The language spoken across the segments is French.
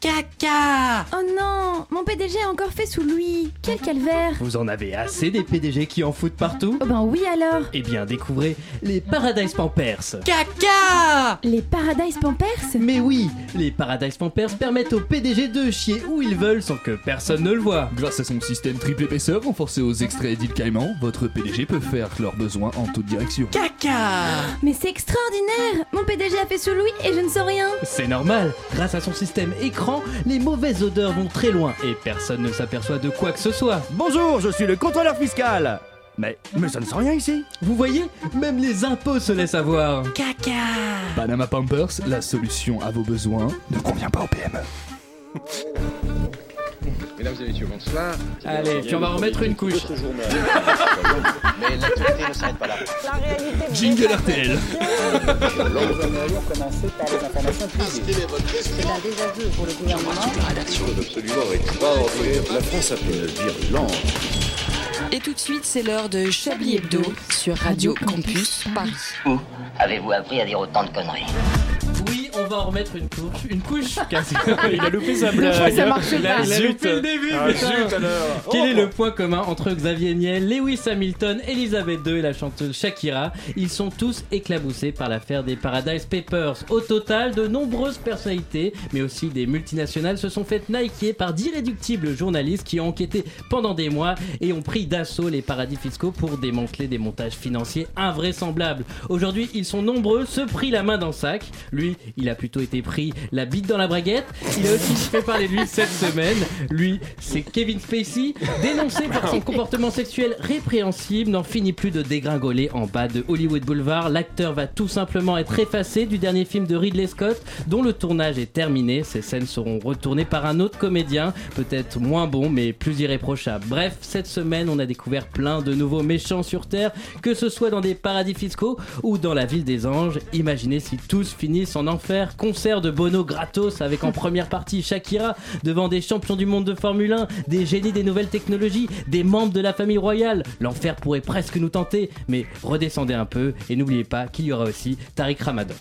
caca Oh non, mon PDG a encore fait sous Louis. Quel calvaire Vous en avez assez des PDG qui en foutent partout Oh ben oui alors Eh bien, découvrez les Paradise Pampers Caca Les Paradise Pampers Mais oui, les Paradise Pampers permettent aux PDG de chier où ils veulent sans que personne ne le voit. Grâce à son système triple épaisseur renforcé aux extraits d'île Caïman, votre PDG peut faire leurs besoins en toute direction. Caca Mais c'est extraordinaire Mon PDG a fait sous Louis et je ne sens rien C'est normal, grâce à son système écran, les mauvaises odeurs vont très loin et personne ne s'aperçoit de quoi que ce soit. Bonjour, je suis le contrôleur fiscal. Mais, mais ça ne sent rien ici. Vous voyez, même les impôts se laissent avoir. Panama Pampers, la solution à vos besoins, ne convient pas au PME. Mesdames et messieurs, bonsoir. Allez, puis on va remettre une couche. Mais l'actualité ne s'arrête pas là. Jingle RTL Et tout de suite, c'est l'heure de Chablis Hebdo sur Radio Campus Paris. Où avez-vous appris à dire autant de conneries Oui, on va en remettre une couche. Une couche car c'est- Il a loupé sa blague. ça marche Il a, pas. il a Zut. Ah, loupé le début, putain. Quel Oh. est le point commun entre Xavier Niel, Lewis Hamilton, Elisabeth II et la chanteuse Shakira Ils sont tous éclaboussés par l'affaire des Paradise Papers. Au total, de nombreuses personnalités, mais aussi des multinationales, se sont faites niquer par d'irréductibles journalistes qui ont enquêté pendant des mois et ont pris d'assaut les paradis fiscaux pour démanteler des montages financiers invraisemblables. Aujourd'hui, ils sont nombreux, se pris la main dans le sac. Lui, il a plutôt été pris la bite dans la braguette. Il a aussi fait parler de lui cette semaine. Lui, c'est Kevin Spacey, dénoncé par son comportement sexuel répréhensible, n'en finit plus de dégringoler en bas de Hollywood Boulevard. L'acteur va tout simplement être effacé du dernier film de Ridley Scott, dont le tournage est terminé. Ses scènes seront retournées par un autre comédien, peut-être moins bon, mais plus irréprochable. Bref, cette semaine, on a découvert plein de nouveaux méchants sur Terre, que ce soit dans des paradis fiscaux ou dans la ville des anges. Imaginez si tous finissent en enfer. Concert de Bono gratos avec en première partie Shakira devant des champions du monde de Formule 1, des génies des nouvelles technologies, des membres de la famille royale. L'enfer pourrait presque nous tenter, mais redescendez un peu et n'oubliez pas qu'il y aura aussi Tariq Ramadan.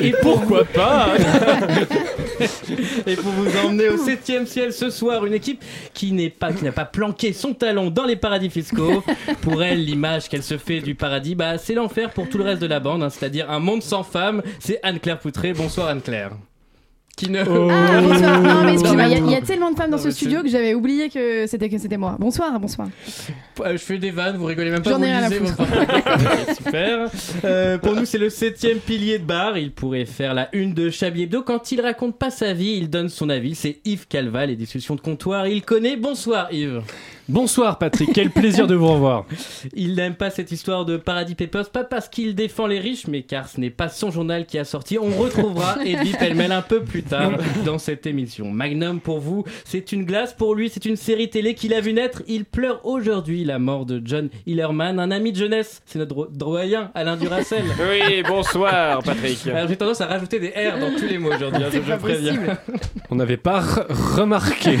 Et pourquoi pas Et pour vous emmener au 7 ciel ce soir, une équipe qui n'est pas qui n'a pas planqué son talon dans les paradis fiscaux. Pour elle, l'image qu'elle se fait du paradis, bah c'est l'enfer pour tout le reste de la bande, hein, c'est-à-dire un monde sans femmes. C'est Anne-Claire Poutré. Bonsoir Anne-Claire. Qui ne Ah, bonsoir. Non, mais excuse-moi, il y a- il y, a tellement de femmes dans Oh. Non, ce mais studio c'est- que j'avais oublié que c'était que c'était moi. Bonsoir, bonsoir. Euh, Je fais des vannes, vous rigolez même pas. J'en vous ai rien à lisez, foutre. bon, enfin, ok, Super. Euh, pour nous, c'est le septième pilier de bar. Il pourrait faire la une de Chablis Hebdo. Quand il raconte pas sa vie, il donne son avis. C'est Yves Calva, les discussions de comptoir. Il connaît. Bonsoir Yves. Bonsoir Patrick, quel plaisir de vous revoir. Il n'aime pas cette histoire de Paradis Papers, pas parce qu'il défend les riches, mais car ce n'est pas son journal qui a sorti. On retrouvera Eddie Pellemel un peu plus tard dans cette émission. Magnum, pour vous, c'est une glace. Pour lui, c'est une série télé qu'il a vu naître. Il pleure aujourd'hui la mort de John Hillerman, un ami de jeunesse. C'est notre dro- doyen, Alain Duracel. Oui, bonsoir Patrick. Alors j'ai tendance à rajouter des R dans tous les mots aujourd'hui, hein, je, je préviens. On n'avait pas re- remarqué.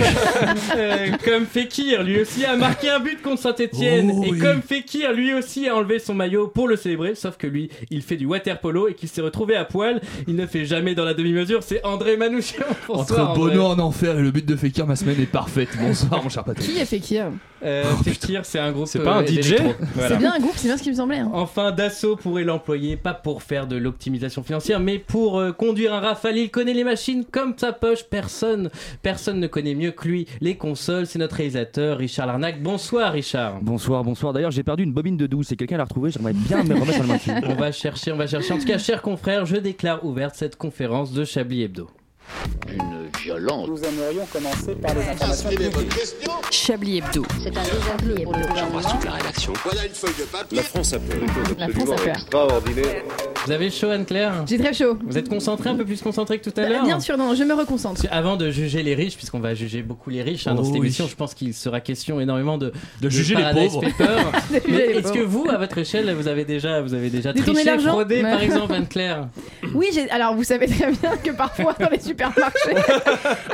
Euh, comme Fekir, lui aussi a marqué un but contre Saint-Etienne. Oh, et comme Fekir, lui aussi a enlevé son maillot pour le célébrer. Sauf que lui, il fait du water polo et qu'il s'est retrouvé à poil. Il ne fait jamais dans la demi-mesure. C'est André Manouchian. Bonsoir, Entre André. Bono en enfer et le but de Fekir, ma semaine est parfaite. Bonsoir mon cher Patrick. Qui a fait qui euh Euh, Fekir, c'est un groupe. Oh, C'est pas un euh, DJ d'électro. Voilà. C'est bien un groupe, c'est bien ce qui me semblait. hein. Enfin, Dassault pourrait l'employer, pas pour faire de l'optimisation financière, mais pour euh, conduire un Rafale. Il connaît les machines comme sa poche. Personne, personne ne connaît mieux que lui les consoles. C'est notre réalisateur, Richard Larnac. Bonsoir, Richard. Bonsoir, bonsoir. D'ailleurs, j'ai perdu une bobine de douce et quelqu'un l'a retrouvée. J'aimerais bien me remettre dans le maquis. On va chercher, on va chercher. En tout cas, chers confrères, je déclare ouverte cette conférence de Chablis Hebdo. Une violente. Chablis Hebdo. J'embrasse toute la rédaction. La France a peur. Vous avez chaud, Anne-Claire J'ai très chaud. Bah, Vous êtes concentré, un peu plus concentré que tout à l'heure Bien sûr, non, je me reconcentre. Parce que avant de juger les riches, puisqu'on va juger beaucoup les riches hein, dans Oh cette oui. émission, je pense qu'il sera question énormément de, De juger les Paradise pauvres. Papers. Mais J'ai les est-ce pauvres. que vous, à votre échelle, vous avez déjà, vous avez déjà Détourner triché, l'argent fraudé, Ouais. par exemple, Anne-Claire Oui, j'ai- alors vous savez très bien que parfois dans les supermarchés,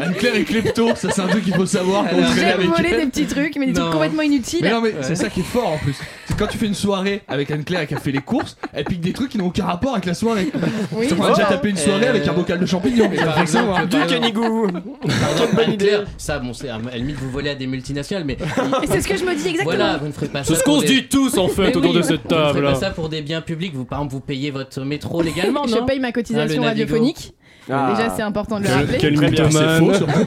Anne-Claire et Klepto, ça c'est un truc qu'il faut savoir quand on traîne J'ai avec volé elle. des petits trucs, mais des Non. trucs complètement inutiles. Mais non, mais c'est ça qui est fort en plus. C'est quand tu fais une soirée avec Anne-Claire qui a fait les courses, elle pique des trucs qui n'ont aucun rapport avec la soirée. Oui. On a Oh. déjà tapé une soirée Euh, avec un bocal de champignons. mais ça par fait que ça, exemple, hein. par exemple, canigou par exemple, bonne idée. Anne-Claire, Ça, bon, c'est à la limite vous volez à des multinationales, mais Et c'est ce que je me dis exactement. voilà, vous ne ferez pas ça. C'est ce pour qu'on se des- dit tous en fait Mais autour oui, de cette Vous ne ferez table. pas ça pour des biens publics. Vous, par exemple, vous payez votre métro légalement, je non paye ma cotisation Ah, le Navigo. radiophonique. Ah. Déjà, c'est important de le rappeler. Très bien, c'est faux. surtout.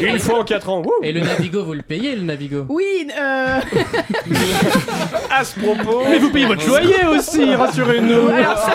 Une fois en 4 ans. Et le Navigo, vous le payez, le Navigo Oui, euh, À ce propos. Mais Eh, vous payez votre loyer aussi, rassurez-nous. alors ça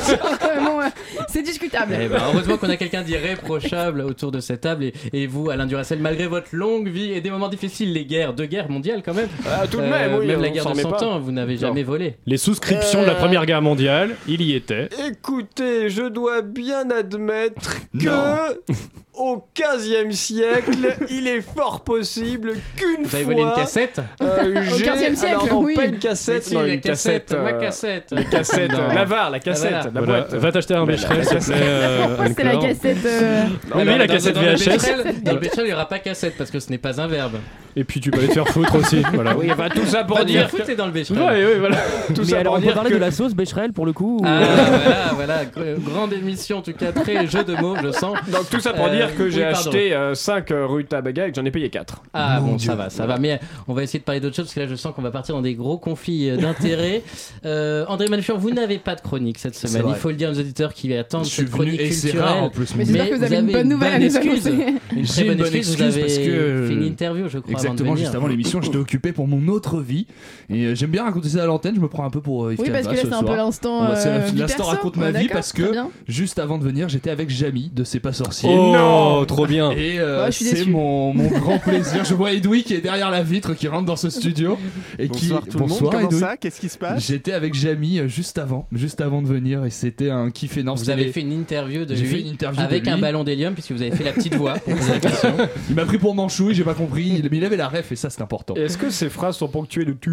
c'est pareil. Bon, euh, c'est discutable. Eh ben, heureusement qu'on a quelqu'un d'irréprochable autour de cette table et, et vous, Alain Duracel, malgré votre longue vie et des moments difficiles, les guerres, deux guerres mondiales quand même, Ah, tout euh, même la guerre de 100 ans, vous n'avez jamais volé. Les souscriptions de Euh. la Première Guerre mondiale, il y était. Écoutez, je dois bien admettre Non. que au 15e siècle, il est fort possible qu'une Vous fois avez volé une cassette euh, j'ai- 15e siècle, alors non, oui. pas une cassette, Si, non, la une cassette, cassette, ma euh, cassette. la cassette, euh, Non. Ah, la var, la cassette, voilà. la Voilà. boîte. Va t'acheter un Becherel, s'il te plaît. euh, Pourquoi c'est la Anne-Claire. cassette euh, Oui, Alors, oui, la dans- cassette dans le VHS. Becherel- Dans le Becherel, il n'y aura pas cassette parce que ce n'est pas un verbe. Et puis tu vas aller te faire foutre aussi. Voilà. Oui, enfin tout ça Pas de verbe foot, c'est dans le Becherel. oui, voilà. Tout Mais ça alors, pour on peut dire parler que- de la sauce Becherel pour le coup ou- Ah, voilà, voilà, gr- grande émission en tout cas, très jeu de mots, je sens. Donc tout ça pour Euh, dire que oui, j'ai pardon. acheté 5 rues Tabaga et que j'en ai payé 4. Ah Mon bon, Dieu. ça va, ça va. Mais euh, on va essayer de parler d'autre chose parce que là, je sens qu'on va partir dans des gros conflits euh, d'intérêts. Euh, André Manfur, vous n'avez pas de chronique cette C'est semaine. Il vrai. faut le dire aux auditeurs qui attendent Je suis cette venu chronique et c'est culturelle. rare en plus. Mais j'espère Mais que vous vous avez une avez bonne une nouvelle à bonne nous excuse. annoncer. Une J'ai très une bonne bonne excuse, vous excuse avez parce que- fait une interview, je crois. Exactement, avant de venir. juste avant l'émission, j'étais occupé pour mon autre vie. Et euh, j'aime bien raconter ça à l'antenne, je me prends un peu pour euh, Yves Oui, parce que Calva là ce c'est un peu soir. l'instant. On va- c'est euh, vie l'instant perso. raconte ma Ouais, vie d'accord, parce que- très bien. Juste avant de venir, j'étais avec Jamie de C'est pas sorcier. Oh, trop bien. Et euh, Ouais, je suis c'est déçu. mon, mon grand plaisir. Je vois Edoui qui est derrière la vitre, qui rentre dans ce studio et Bonsoir qui tout bonsoir le monde, comment Edoui. ça Qu'est-ce qui se passe J'étais avec Jamie euh, juste avant, juste avant de venir et c'était un kiff énorme. Vous C'était- avez fait une interview de J'ai fait une lui interview de avec un lui. ballon d'hélium puisque vous avez fait la petite voix. pour poser la question. Il m'a pris pour Manchouille, j'ai pas compris. Il- Mais il avait la ref et ça c'est important. Est-ce que ces phrases sont ponctuées de tu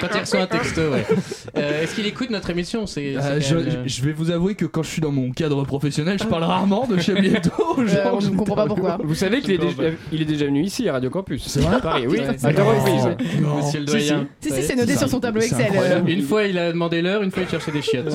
Quand il reçoit un texto, ouais. Euh, Est-ce qu'il écoute notre émission C'est c'est Euh, quand je, même, euh, je vais vous avouer que quand je suis dans mon cadre professionnel, je parle rarement de Chablis Hebdo. aux gens Euh, en On ne comprend pas général. pourquoi. Vous savez qu'il est, Je sais pas, déjà- il est déjà venu ici à Radio Campus. C'est vrai Pareil, oui, Putain, à deux non. reprises. Non. Monsieur le Si, doyen. Si, Ouais. si, c'est noté C'est sur son tableau c'est Excel. incroyable. euh, Une fois il a demandé l'heure, une fois il cherchait des chiottes.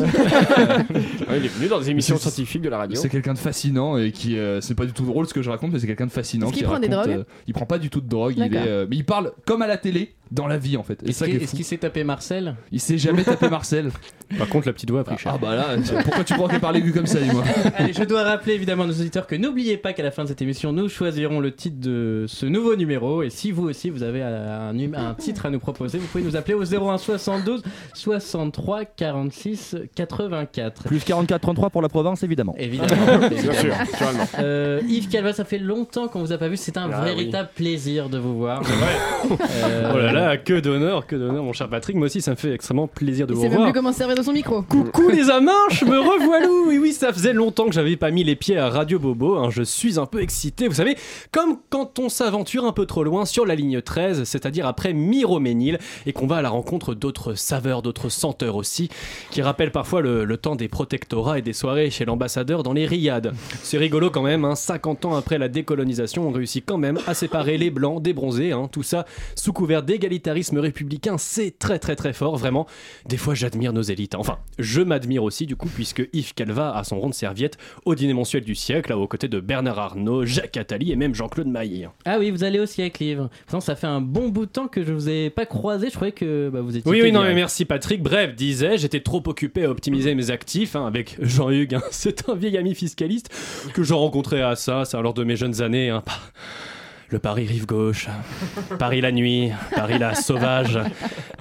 Ah, il est venu dans des émissions scientifiques de la radio. C'est quelqu'un de fascinant et qui euh, c'est pas du tout drôle ce que je raconte mais c'est quelqu'un de fascinant Est-ce qui qu'il prend des raconte, drogues euh, il prend pas du tout de drogue, il est D'accord. euh, mais il parle comme à la télé dans la vie en fait. Et Est-ce ça qu'il qui est est-ce fou. qu'il s'est tapé Marcel Il s'est jamais tapé Marcel. Par contre, la petite voix a Ah, pris cher. ah, bah là, tu- pourquoi tu crois qu'il parle aigu comme ça dis-moi Allez, je dois rappeler évidemment à nos auditeurs que n'oubliez pas qu'à la fin de cette émission, nous choisirons le titre de ce nouveau numéro. Et si vous aussi, vous avez euh, un, num- un titre à nous proposer, vous pouvez nous appeler au 01 72 63 46 84. Plus 44-33 pour la province, évidemment. Évidemment. Bien sûr, naturellement. Euh, Yves Calva, ça fait longtemps qu'on vous a pas vu. C'est un Ah, véritable plaisir de vous voir. Euh, Oh là là, que d'honneur, que d'honneur, mon cher Patrick. Moi aussi, ça me fait extrêmement plaisir de Il vous sait même revoir. plus comment se servir de son micro. Coucou les amanches, me revoilou Oui oui, ça faisait longtemps que j'avais pas mis les pieds à Radio Bobo, hein. je suis un peu excité, vous savez, comme quand on s'aventure un peu trop loin sur la ligne 13, c'est-à-dire après Miroménil, et qu'on va à la rencontre d'autres saveurs, d'autres senteurs aussi, qui rappellent parfois le, le temps des protectorats et des soirées chez l'ambassadeur dans les riades. C'est rigolo quand même, hein. 50 ans après la décolonisation, on réussit quand même à séparer les blancs des bronzés, hein. tout ça sous couvert d'égalitarisme républicain, c'est très très très fort, vraiment. Des fois, j'admire nos élites. hein. Enfin, je m'admire aussi, du coup, puisque Yves Calva a son rond de serviette au dîner mensuel du siècle, là, aux côtés de Bernard Arnault, Jacques Attali et même Jean-Claude Maillet. Ah oui, vous allez au siècle, Yves. Pourtant, ça fait un bon bout de temps que je vous ai pas croisé. Je croyais que bah, vous étiez. Oui, oui, non, mais fédéré. merci Patrick. Bref, disais, j'étais trop occupé à optimiser mes actifs hein, avec Jean-Hugues. hein. C'est un vieil ami fiscaliste que j'ai rencontré à ça, ça lors de mes jeunes années. hein. Pa- Le Paris rive gauche, Paris la nuit, Paris la sauvage,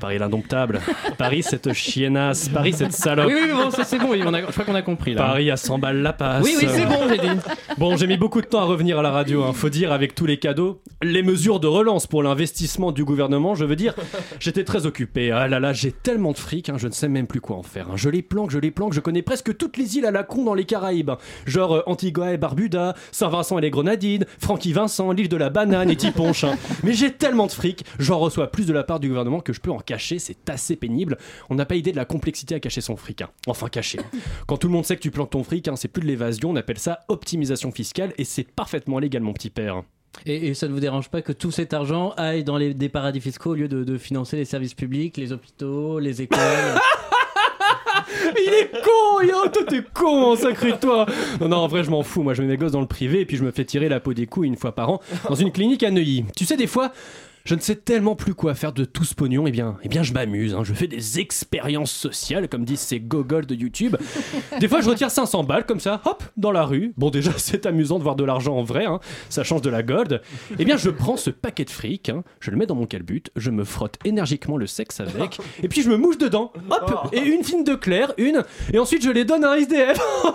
Paris l'indomptable, Paris cette chiennasse, Paris cette salope. Oui, oui, mais bon, ça, c'est bon. Yves, on a- Je crois qu'on a compris là. Paris à 100 balles la passe. Oui, oui, c'est Euh, bon, j'ai dit. Bon, j'ai mis beaucoup de temps à revenir à la radio, hein. faut dire, avec tous les cadeaux. Les mesures de relance pour l'investissement du gouvernement, je veux dire, j'étais très occupé. Ah là là, j'ai tellement de fric, hein, je ne sais même plus quoi en faire. hein. Je les planque, je les planque, je connais presque toutes les îles à la con dans les Caraïbes. hein. Genre euh, Antigua et Barbuda, Saint-Vincent et les Grenadines, Francky Vincent, l'île de la bananes et t'y ponches. hein. Mais j'ai tellement de fric, j'en reçois plus de la part du gouvernement que je peux en cacher, c'est assez pénible. On n'a pas idée de la complexité à cacher son fric. hein. Enfin, cacher. Quand tout le monde sait que tu plantes ton fric, hein, c'est plus de l'évasion, on appelle ça optimisation fiscale et c'est parfaitement légal, mon petit père. Et, et ça ne vous dérange pas que tout cet argent aille dans les, des paradis fiscaux au lieu de, de financer les services publics, les hôpitaux, les écoles Il est con, il est... toi t'es con, sacré toi. Non, non, en vrai, je m'en fous. Moi, je mets mes gosses dans le privé et puis je me fais tirer la peau des couilles une fois par an dans une clinique à Neuilly. Tu sais, des fois, je ne sais tellement plus quoi faire de tout ce pognon. Eh bien, eh bien je m'amuse. hein. Je fais des expériences sociales, comme disent ces gogoles de YouTube. Des fois, je retire 500 balles comme ça, hop, dans la rue. Bon, déjà, c'est amusant de voir de l'argent en vrai. hein. Ça change de la gold. Eh bien, je prends ce paquet de fric, hein, je le mets dans mon calbut, je me frotte énergiquement le sexe avec, et puis je me mouche dedans. Hop Et une fine de clair, une, et ensuite je les donne à un SDF.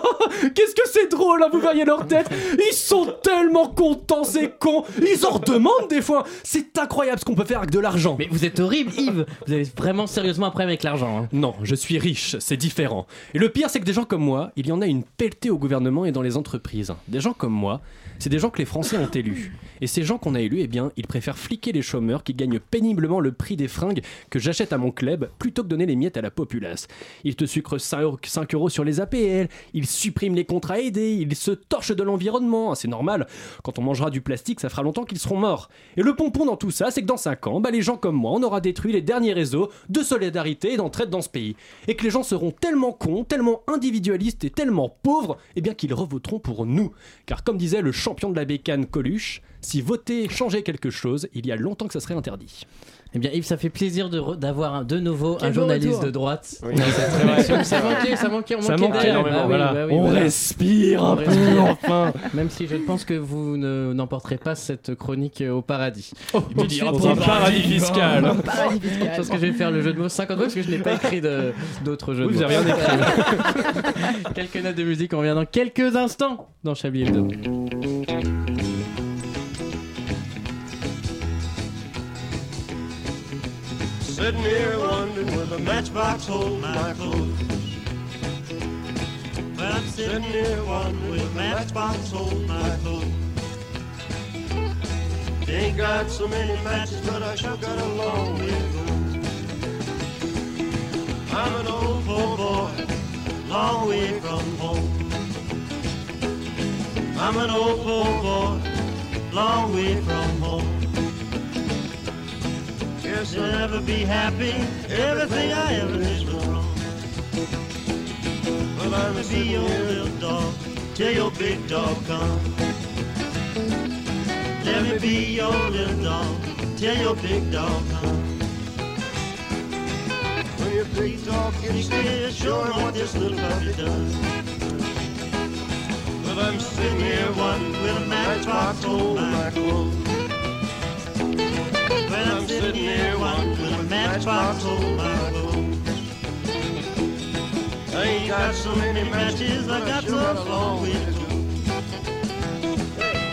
Qu'est-ce que c'est drôle, hein, vous voyez leur tête Ils sont tellement contents, ces cons Ils en redemandent des fois C'est incroyable ce qu'on peut faire avec de l'argent. Mais vous êtes horrible, Yves Vous avez vraiment sérieusement un problème avec l'argent. hein. Non, je suis riche, c'est différent. Et le pire, c'est que des gens comme moi, il y en a une pelletée au gouvernement et dans les entreprises. Des gens comme moi, c'est des gens que les Français ont élus. Et ces gens qu'on a élus, eh bien, ils préfèrent fliquer les chômeurs qui gagnent péniblement le prix des fringues que j'achète à mon club plutôt que donner les miettes à la populace. Ils te sucrent 5 euros, 5 euros sur les APL, ils suppriment les contrats aidés, ils se torchent de l'environnement. Ah, C'est normal, quand on mangera du plastique, ça fera longtemps qu'ils seront morts. Et le pompon dans tout ça, c'est que dans 5 ans, bah, les gens comme moi, on aura détruit les derniers réseaux de solidarité et d'entraide dans ce pays. Et que les gens seront tellement cons, tellement individualistes et tellement pauvres, eh bien qu'ils revoteront pour nous. Car comme disait le champion de la bécane Coluche, si voter changeait quelque chose, il y a longtemps que ça serait interdit. Eh bien, Yves, ça fait plaisir de re- d'avoir un- de nouveau Quel un beau journaliste retour. de droite. Oui, dans c'est cette très vrai. émission. ça manquait, ça manquait, on Ça manquait manquait d'elle. énormément, Bah oui, voilà. bah oui, On voilà. respire un On peu, respire. enfin. Même si je pense que vous ne- n'emporterez pas cette chronique euh, au paradis. Tout de suite, dans un paradis fiscal. Paradis Je fiscal. pense que je vais faire le jeu de mots 50 fois parce que je n'ai pas écrit de- d'autres jeux Oui, de vous mots. avez rien écrit. Quelques notes de musique, on revient dans quelques instants dans Chablis Hebdo. Sitting here wondering where the matchbox hold my clothes. Well, I'm sitting here wondering where the matchbox hold my clothes. Ain't got so many matches, but I sure got a long way to go. I'm an old poor boy, long way from home. I'm an old poor boy, long way from home. Yes, I'll never be happy. Everything I ever did was wrong. Well, I'm gonna be your little dog till your big dog comes. Let me be your little dog till your big dog comes. When your big dog gets here, show him what this little puppy does. Well, I'm sitting here one with a matchbox on my clothes. When I'm sitting here one with a matchbox on my boat. I ain't got so many matches, I got so long way to go.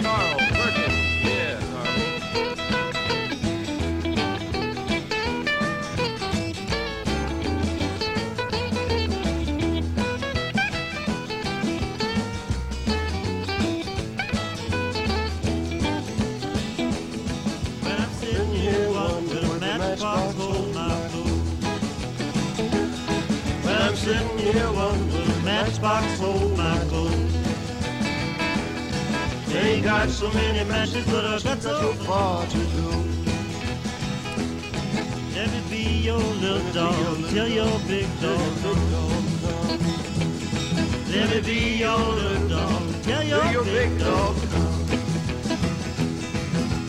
Carl, Perkins. Yeah, Carl. When I'm sitting here one with a matchbox on my boat. When I'm sitting here one with a matchbox on my boat. I ain't got so many matches, but I got so far to go. Let me be your little dog till your big dog comes. Let me be your little dog till your big dog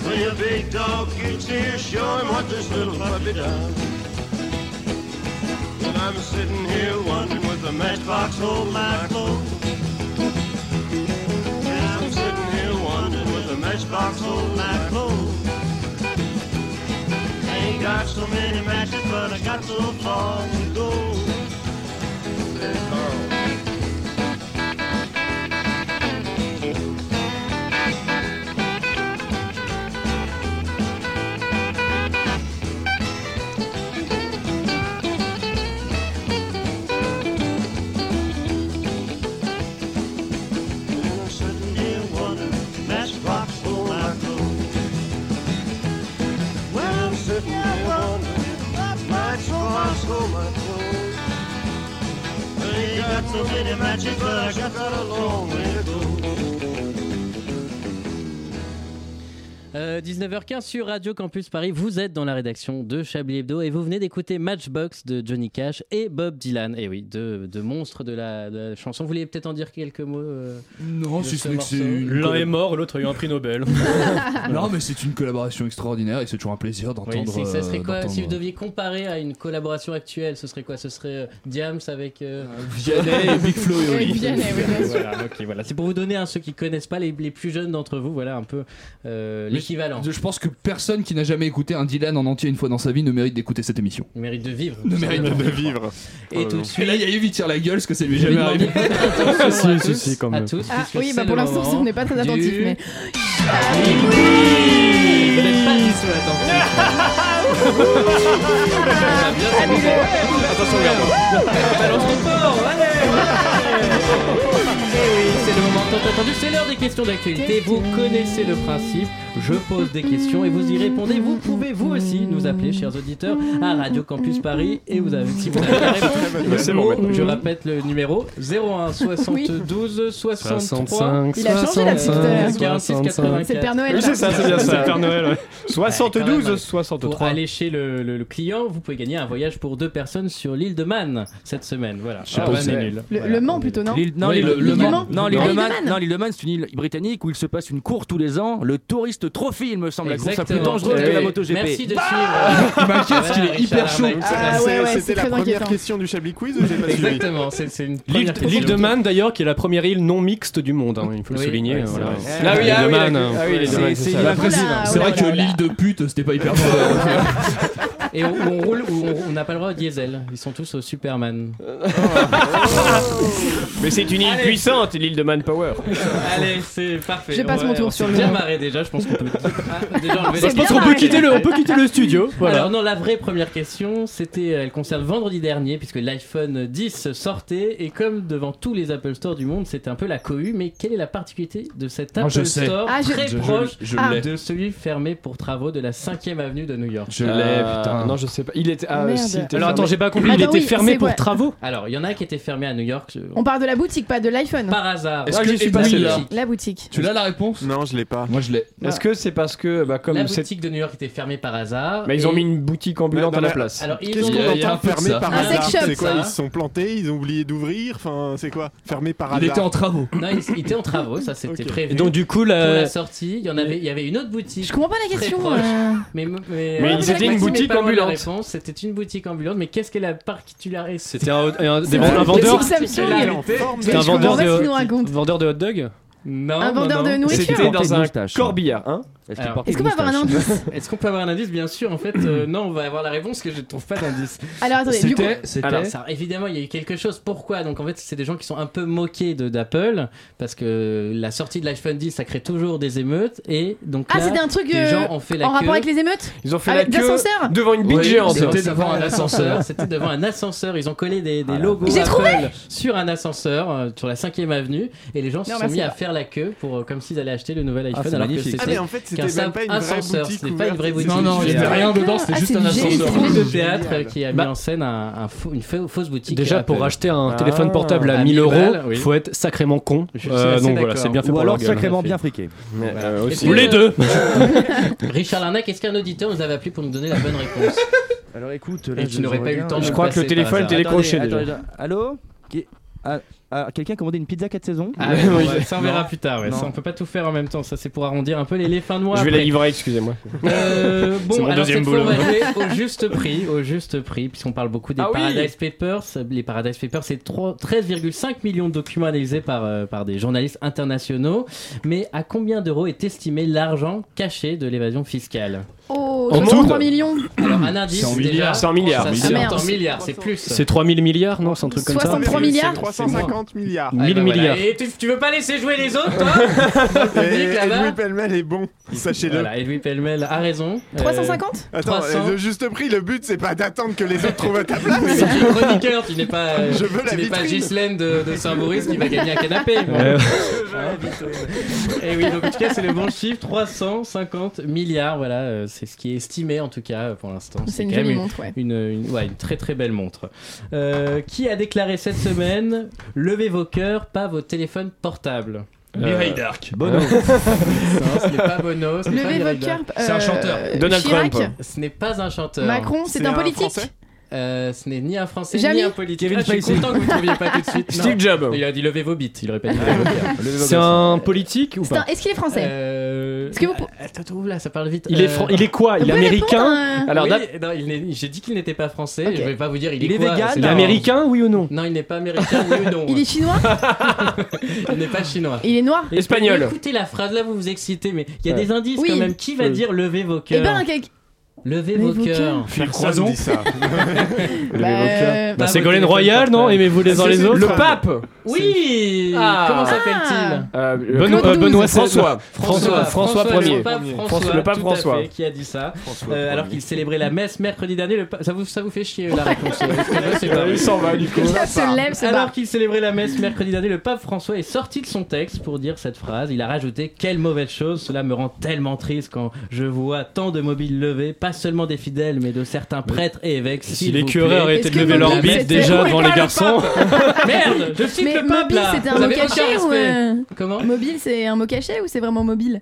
when your big dog gets here, show him what this little puppy does. When I'm sitting here wondering with a matchbox hold my clothes. When I'm sitting here wondering with a matchbox hold my clothes. I ain't got so many matches, but I got so far to go. When I'm sitting here wondering, matchbox full my clothes. got so many matches, but I got that a long way to go. Euh, 19h15 sur Radio Campus Paris, vous êtes dans la rédaction de Chablis Hebdo et vous venez d'écouter Matchbox de Johnny Cash et Bob Dylan. Et oui, deux, deux monstres de la, de la chanson. Vous voulez peut-être en dire quelques mots euh, Non, de si ce n'est que morceau c'est une L'un colla- est mort, l'autre a eu un prix Nobel. Non, mais c'est une collaboration extraordinaire et c'est toujours un plaisir Oui, d'entendre. c'est- ça serait euh, quoi si vous d'entendre- deviez comparer à une collaboration actuelle Ce serait quoi Ce serait euh, Diams avec euh, Ah, Vianney et Big Flo et Oli. Avec Vianney, oui, bien sûr. Voilà, ok, voilà. C'est pour vous donner à ceux qui connaissent pas les, les plus jeunes d'entre vous, voilà un peu euh, l'équivalent. Je pense que personne qui n'a jamais écouté un Dylan en entier une fois dans sa vie ne mérite d'écouter cette émission. Le mérite de Euh, vivre. Ne mérite Absolument. de vivre. Oh, Et tout de suite. Et là, il y a eu vite tire la gueule, parce que ça lui est Je vais jamais arrivé. demander votre attention à tous, à tous, Ah puisque oui, c'est bah pour le l'instant, moment on n'est pas très du- attentif, mais. Vous n'êtes pas du tout Attention, Balance ton port, allez Eh oui, c'est le moment tant attendu, c'est l'heure des questions d'actualité. Vous connaissez le principe, je pose des questions et vous y répondez. Vous pouvez vous aussi nous appeler, chers auditeurs, à Radio Campus Paris et vous avez, si vous avez la réponse, Bah, c'est bon, maintenant. je répète le numéro 01 72 63 65, Il a changé la petite, euh, 46 84. C'est le Père Noël, Oui, c'est ça, c'est bien ça, le Père Noël. ouais. Ouais, quand même, 72, ouais. Pour 63. aller chez le, le- le client, vous pouvez gagner un voyage pour deux personnes sur l'île de Man cette semaine. Voilà. Je sais Ah, pas où Man c'est. est nul. Le, Voilà. le Mans plutôt, non L'île- Non, l'île- le l'île Mans. de Man. Non, l'île Ah, de l'île de Man. Man. Non, l'île de Man, c'est une île britannique où il se passe une course tous les ans, le Tourist Trophy, il me semble, la course la plus Exactement. dangereuse de Eh la oui. MotoGP. Merci de Bah suivre. Il m'inquiète, qu'il est hyper chaud. Ah ouais, ouais, C'était c'est la très première inquiétant. question du Chablis Quiz ou j'ai pas suivi Exactement, c'est c'est une L'île première l'île de question. Man, d'ailleurs, qui est la première île non mixte du monde, hein, il faut le Oui, souligner. ouais, c'est voilà. vrai. L'île Ah oui, de ah oui, Man, d'accord. hein. Ah oui, l'île de C'est- Man, c'est- c'est ça. il a Oula, précisé. oula, C'est vrai que l'île- l'île de pute, c'était pas hyper fort. Et on, on roule ou on- on n'a pas le droit au diesel. Ils sont tous au Superman. Mais c'est une île Allez. puissante, l'île de Manpower. Allez, c'est parfait. Je passe On va- mon tour on sur s'est le bien moment. marré déjà, je pense qu'on peut. Ah, déjà, enlever C'est les- Je pense bien hein. qu'on peut marré. quitter le- on peut quitter le studio. voilà. Alors non, la vraie première question, c'était, euh, elle concerne vendredi dernier, puisque l'iPhone 10 sortait et comme devant tous les Apple Store du monde, c'était un peu la cohue. Mais quelle est la particularité de cet Moi, Apple je sais. Store Ah, je- très Je- je- proche je l'ai. de celui fermé pour travaux de la 5e avenue de New York Je Euh, l'ai, putain. Non, je sais pas. Il était. Ah, Merde. si, il était Alors fermé. attends, j'ai pas compris, Ah il bah était oui, fermé c'est pour vrai. travaux Alors, il y en a qui étaient fermés à New York euh, On parle de la boutique, pas de l'iPhone. par hasard. Est-ce Ah, que j'y suis c'est passé, passé là. là La boutique. Tu l'as la réponse Non, je l'ai pas. Moi, je l'ai. Est-ce que c'est parce que, bah, Ah. la comme c'est. boutique de New York était fermée par hasard. Mais ils ont et- mis une boutique ambulante Ouais, à la non, mais- place. Alors, ils Qu'est-ce ont- qu'on Il y a- il y a un entend peu de fermé ça. par Un hasard sex shop, C'est quoi ça. Ils se sont plantés, ils ont oublié d'ouvrir. Enfin, c'est quoi Fermé par hasard. Il était en travaux. Non, ils ils étaient en travaux, ça c'était Ok. prévu. Et donc, du coup, pour la la. sortie, il y en avait, il y avait une autre boutique. Je comprends pas la Très question. proche. euh. Mais, mais, Mais euh, ils étaient Maxime une est boutique pas loin de la ambulante. réponse. C'était une boutique ambulante, mais qu'est-ce qu'elle a particularité C'était un, un- des- C'est un vrai, vendeur. c'est Samsung. la- Il est en forme. C'était un Je comprends vendeur pas ce qu'il de, nous raconte. vendeur de hot dog Non. Un non, vendeur non. de nourriture. C'était dans portait une un moustache corbillard, hein Est-ce Alors, qu'il porte Est-ce qu'on peut avoir un indice Est-ce qu'on peut avoir un indice Bien sûr. En fait, euh, non, on va avoir la réponse que je ne trouve pas d'indice. Alors attendez, du coup. C'était. C'était. Alors, ça, évidemment, il y a eu quelque chose. Pourquoi Donc, en fait, c'est des gens qui sont un peu moqués de d'Apple parce que la sortie de l'iPhone 10, ça crée toujours des émeutes et donc Ah, là, c'était un truc des euh, gens ont fait la en queue. rapport avec les émeutes Ils ont fait Avec la queue l'ascenseur devant une bite Oui, géante. c'était C'était devant un ascenseur. C'était devant un ascenseur. Ils ont collé des, Ah des logos J'ai Apple trouvé sur un ascenseur euh, sur la 5ème avenue et les gens se Non, sont merci. mis à faire la queue pour euh, comme s'ils allaient acheter le nouvel iPhone c'est alors que magnifique. Ah, c'était mais en fait, qu'un c'était même simple pas une vraie ascenseur. boutique. C'était pas une vraie ouverte. boutique. Non, non, il n'y C'était avait rien dedans, c'était Ah, juste c'est un du génie, ascenseur. c'est une du troupe génie. de théâtre euh, qui a mis Bah. en scène un- un faux- une faux- fausse boutique. Déjà, Apple. pour acheter un Ah. téléphone portable à À 1000 euros, 1000 balles, oui. faut être sacrément con. Je suis Euh, assez donc voilà, d'accord. c'est bien fait Ou pour alors leur gueule. sacrément fait. bien friqué. Mais, euh, Est-ce aussi. que- Ou Bah, les deux Richard Larnac, est-ce qu'un auditeur nous avait appelé pour nous donner la bonne réponse Alors écoute, là, Et tu je n'aurais pas eu le regarde. temps Je crois que le téléphone était décroché Attendez, déjà. attendez, Allô Qui- ah, ah, Quelqu'un a commandé une pizza 4 saisons Ah, ouais, oui. ouais, Ça on verra Non. plus tard. ouais. Non. Ça, on peut pas tout faire en même temps. Ça c'est pour arrondir un peu les, les fins de mois. Je vais après. la livrer, excusez-moi. Euh, bon, C'est mon alors deuxième cette fois, on boulot. va jouer au juste prix, au juste prix, puisqu'on parle beaucoup des Ah oui. Paradise Papers. Les Paradise Papers, c'est trois- 13,5 millions de documents analysés par, euh, par des journalistes internationaux. Mais à combien d'euros est estimé l'argent caché de l'évasion fiscale Oh, En 63 monde millions Alors, un indice. C'est en déjà. milliards. C'est en milliards. Ça, Ah, c'est merde. en milliards, c'est plus. C'est 3000 milliards, non C'est un truc comme ça 63 milliards C'est 350 milliards. Ah, 1000 bah, voilà. milliards. Et tu, tu veux pas laisser jouer les autres, toi Et Le public, et là-bas Louis Pellemel est bon, sachez-le. Voilà, Edoui Pellemel a raison. Euh, 350 Attends, euh, 300. le juste prix, le but c'est pas d'attendre que les autres trouvent à ta place. Mais tu es chroniqueur, tu n'es pas, euh, Je veux la tu n'es pas vitrine. Ghislaine de, de Saint-Maurice qui va gagner un canapé. bon. Hein Eh Ouais. Et oui, donc en tout cas, c'est le bon chiffre 350 milliards. Voilà, euh, c'est ce qui est estimé en tout cas euh, pour l'instant. C'est une quand même jolie montre, ouais. Une, une- ouais, une très très belle montre. Euh, qui a déclaré cette semaine Levez vos cœurs, pas vos téléphones portables Mireille Euh, d'Arc. Bono. euh, non, ce n'est pas Bono. ce n'est Levez pas vos Mireille cœurs, d'Arc. euh, C'est un chanteur. Donald Chirac Trump. Ce n'est pas un chanteur. Macron, c'est C'est un un politique Français Euh, ce n'est ni un français Jamy ni un politique. Kevin Ah, je suis Spacey. content que vous ne trouviez pas tout de suite. Non. Steve Jobs. Ah, Il a dit levez vos bites. Il aurait pas dit C'est un politique ou C'est un- pas Est-ce qu'il est français Euh, Est-ce que vous- Attends, ouvre là, ça parle vite. Euh, Il est fran- il est quoi Il est Vous pouvez américain répondre à- Alors, Alors, oui, d'ab- non, il n'est- j'ai dit qu'il n'était pas français. Je vais pas vous dire. Il, Il est quoi, vegan, c'est il est pas- américain, oui ou non Non, il n'est pas américain, oui ou non. Il est chinois Il n'est pas chinois. Il est noir Et- mais Écoutez la phrase là, vous vous excitez, mais il y a Ouais. des indices Oui. quand même. Qui Euh. va Oui. dire levez vos Eh cœurs ben, un cake. Levez Levez vos vos cœurs. cœurs. euh, Phil Croison dit ça. Bah, Pas vos Ségolène téléphones Royal, non portables. Aimez-vous les uns les autres Le pape Oui Ah. Comment s'appelle-t-il Euh, Benoît- Claude euh, Benoît XVI. François. François, François Le Ier. pape François, Le pape tout à François. fait, qui a dit ça. François Euh, alors Ier. qu'il célébrait la messe mercredi dernier, le pa- ça, vous, ça vous fait chier la réponse. C'est pas Il s'en va, Nico. vrai. Il se lève, se Alors barre. qu'il célébrait la messe mercredi dernier, le pape François est sorti de son texte pour dire cette phrase. Il a rajouté Quelle mauvaise chose, cela me rend tellement triste quand je vois tant de mobiles levés, pas seulement des fidèles, mais de certains prêtres et évêques. Si s'il les vous curés plaît. arrêtaient de Est-ce que lever leur mobile, bite c'était- déjà Où est devant pas les le garçons pape Merde, je cite Mais le pape mobile, là c'était Vous un mot avez aucun caché ou. respect. euh, Comment Mobile, c'est un mot caché ou c'est vraiment mobile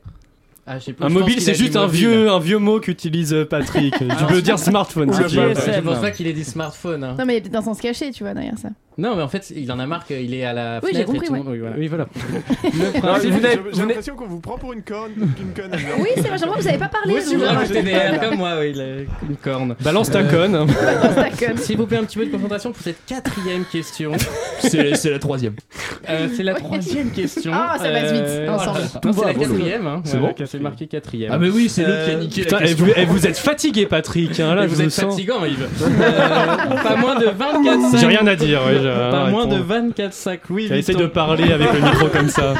Ah, je sais pas, Un je pense mobile, qu'il c'est a dit juste un mobile. vieux, un vieux mot qu'utilise euh, Patrick. tu peux dire smartphone, Ah, c'est je pas- pense- Je pense pas qu'il ait dit smartphone. hein. Non, mais il y a peut-être un sens caché, tu vois, derrière ça. Non, mais en fait, il en a marre qu'il est à la Oui, j'ai fenêtre. compris, et tout le ouais. monde- Oui, voilà. Oui, voilà. J'ai Le principe- j'ai l'impression qu'on vous prend pour une conne. Une conne Oui, c'est vrai, j'ai l'impression que vous avez pas parlé. Moi aussi, vous. vous rajoutez des Voilà. R comme moi, oui, le- une corne. Balance ta conne. S'il vous plaît, un petit peu de concentration pour cette quatrième question. C'est c'est la troisième. Euh, c'est la troisième question. Euh, Ah, ça passe vite, Euh, ensemble. voilà. Tout Non, C'est va, la Bolo. quatrième. hein. C'est Ouais, bon ouais, C'est marqué quatrième. Euh, Ah, mais oui, c'est l'autre qui a niqué la Putain, et vous, et vous êtes fatigué, Patrick. hein, là, Et je vous êtes sens. fatigant, Yves. Euh, pas moins de 24 sacs. J'ai rien à dire, oui, j'ai rien à Pas moins de répondre. 24 sacs, oui. Tiens, Essaye de parler avec le micro comme ça.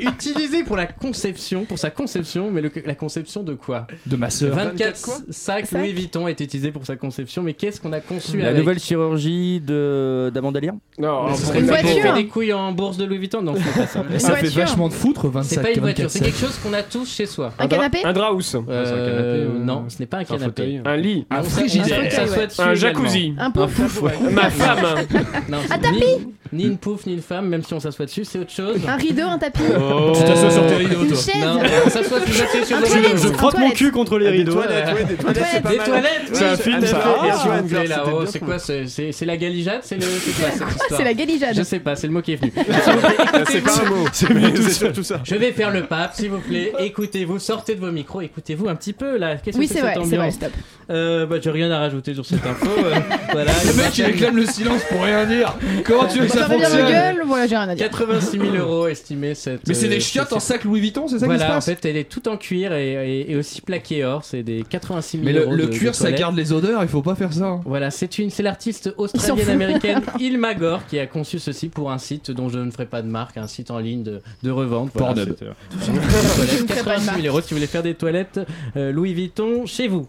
Utilisé pour la conception, pour sa conception, mais le- la conception de quoi De ma sœur. 24 sacs Louis Vuitton est utilisé pour sa conception, mais qu'est-ce qu'on a conçu La avec nouvelle chirurgie de d'Amandalia Mais Non, ce serait pas pour faire des couilles en bourse de Louis Vuitton Non, c'est pas ça. Mais ça Une fait voiture. vachement de foutre, 25, C'est pas une voiture, 24, c'est quelque chose qu'on a tous chez soi. Un Un dra- canapé un draus. Euh, non, ce n'est pas un un canapé. fauteuil. Un lit. Un frigidaire. Un fauteuil, ouais. Un jacuzzi. Un peu pouf. Ma femme. Un tapis Ni une pouf, ni une femme, même si on s'assoit dessus, c'est autre chose. Un rideau, un tapis. Oh. Tu t'assois sur tes rideaux, Une toi. chaise. Non, on s'assoit sur- on s'assoit sur Un nos toilette, rideaux. Je un frotte mon toilette. cul contre les Des rideaux. toilettes, ouais, des toilettes, c'est pas Des mal. toilettes, oui. C'est un film, Ah, ça. et Ah, si on ouais, faisait c'est là-haut, bien C'est trouvé. quoi ce- C'est c'est la galijade C'est le- c'est quoi cette histoire C'est la galijade. Je sais pas, c'est le mot qui est venu. C'est pas un mot. C'est venu C'est surtout ça. Je vais faire le pape, s'il vous plaît. Écoutez-vous, sortez de vos micros, écoutez-vous un petit peu là. Qu'est-ce Oui, que c'est cette vrai, c'est vrai, ambiance stop. Euh, bah, j'ai rien à rajouter sur cette info. euh, voilà, Le mec, il réclame le silence pour rien dire. Comment tu veux que ça Fermez Bah, bien fonctionne ma gueule, voilà, j'ai rien à dire. 86 000 euros estimé cette. Mais c'est des chiottes chiottes en sac Louis Vuitton, c'est ça qui se Euh, Voilà, en passe fait, elle est tout en cuir et, et- et aussi plaqué or. C'est des 86 000 Mais le, euros. le de- de cuir, ça toilette. garde les odeurs, il faut pas faire ça. Voilà, c'est une, c'est l'artiste s'en fout. australienne-américaine Ilma Gore qui a conçu ceci pour un site dont je ne ferai pas de marque, un site en ligne de, de revente. Voilà, Pornhub. c'est, euh, Je toilettes, ne ferai pas de 86 000 marque. euros si vous voulez faire des toilettes euh, Louis Vuitton chez vous.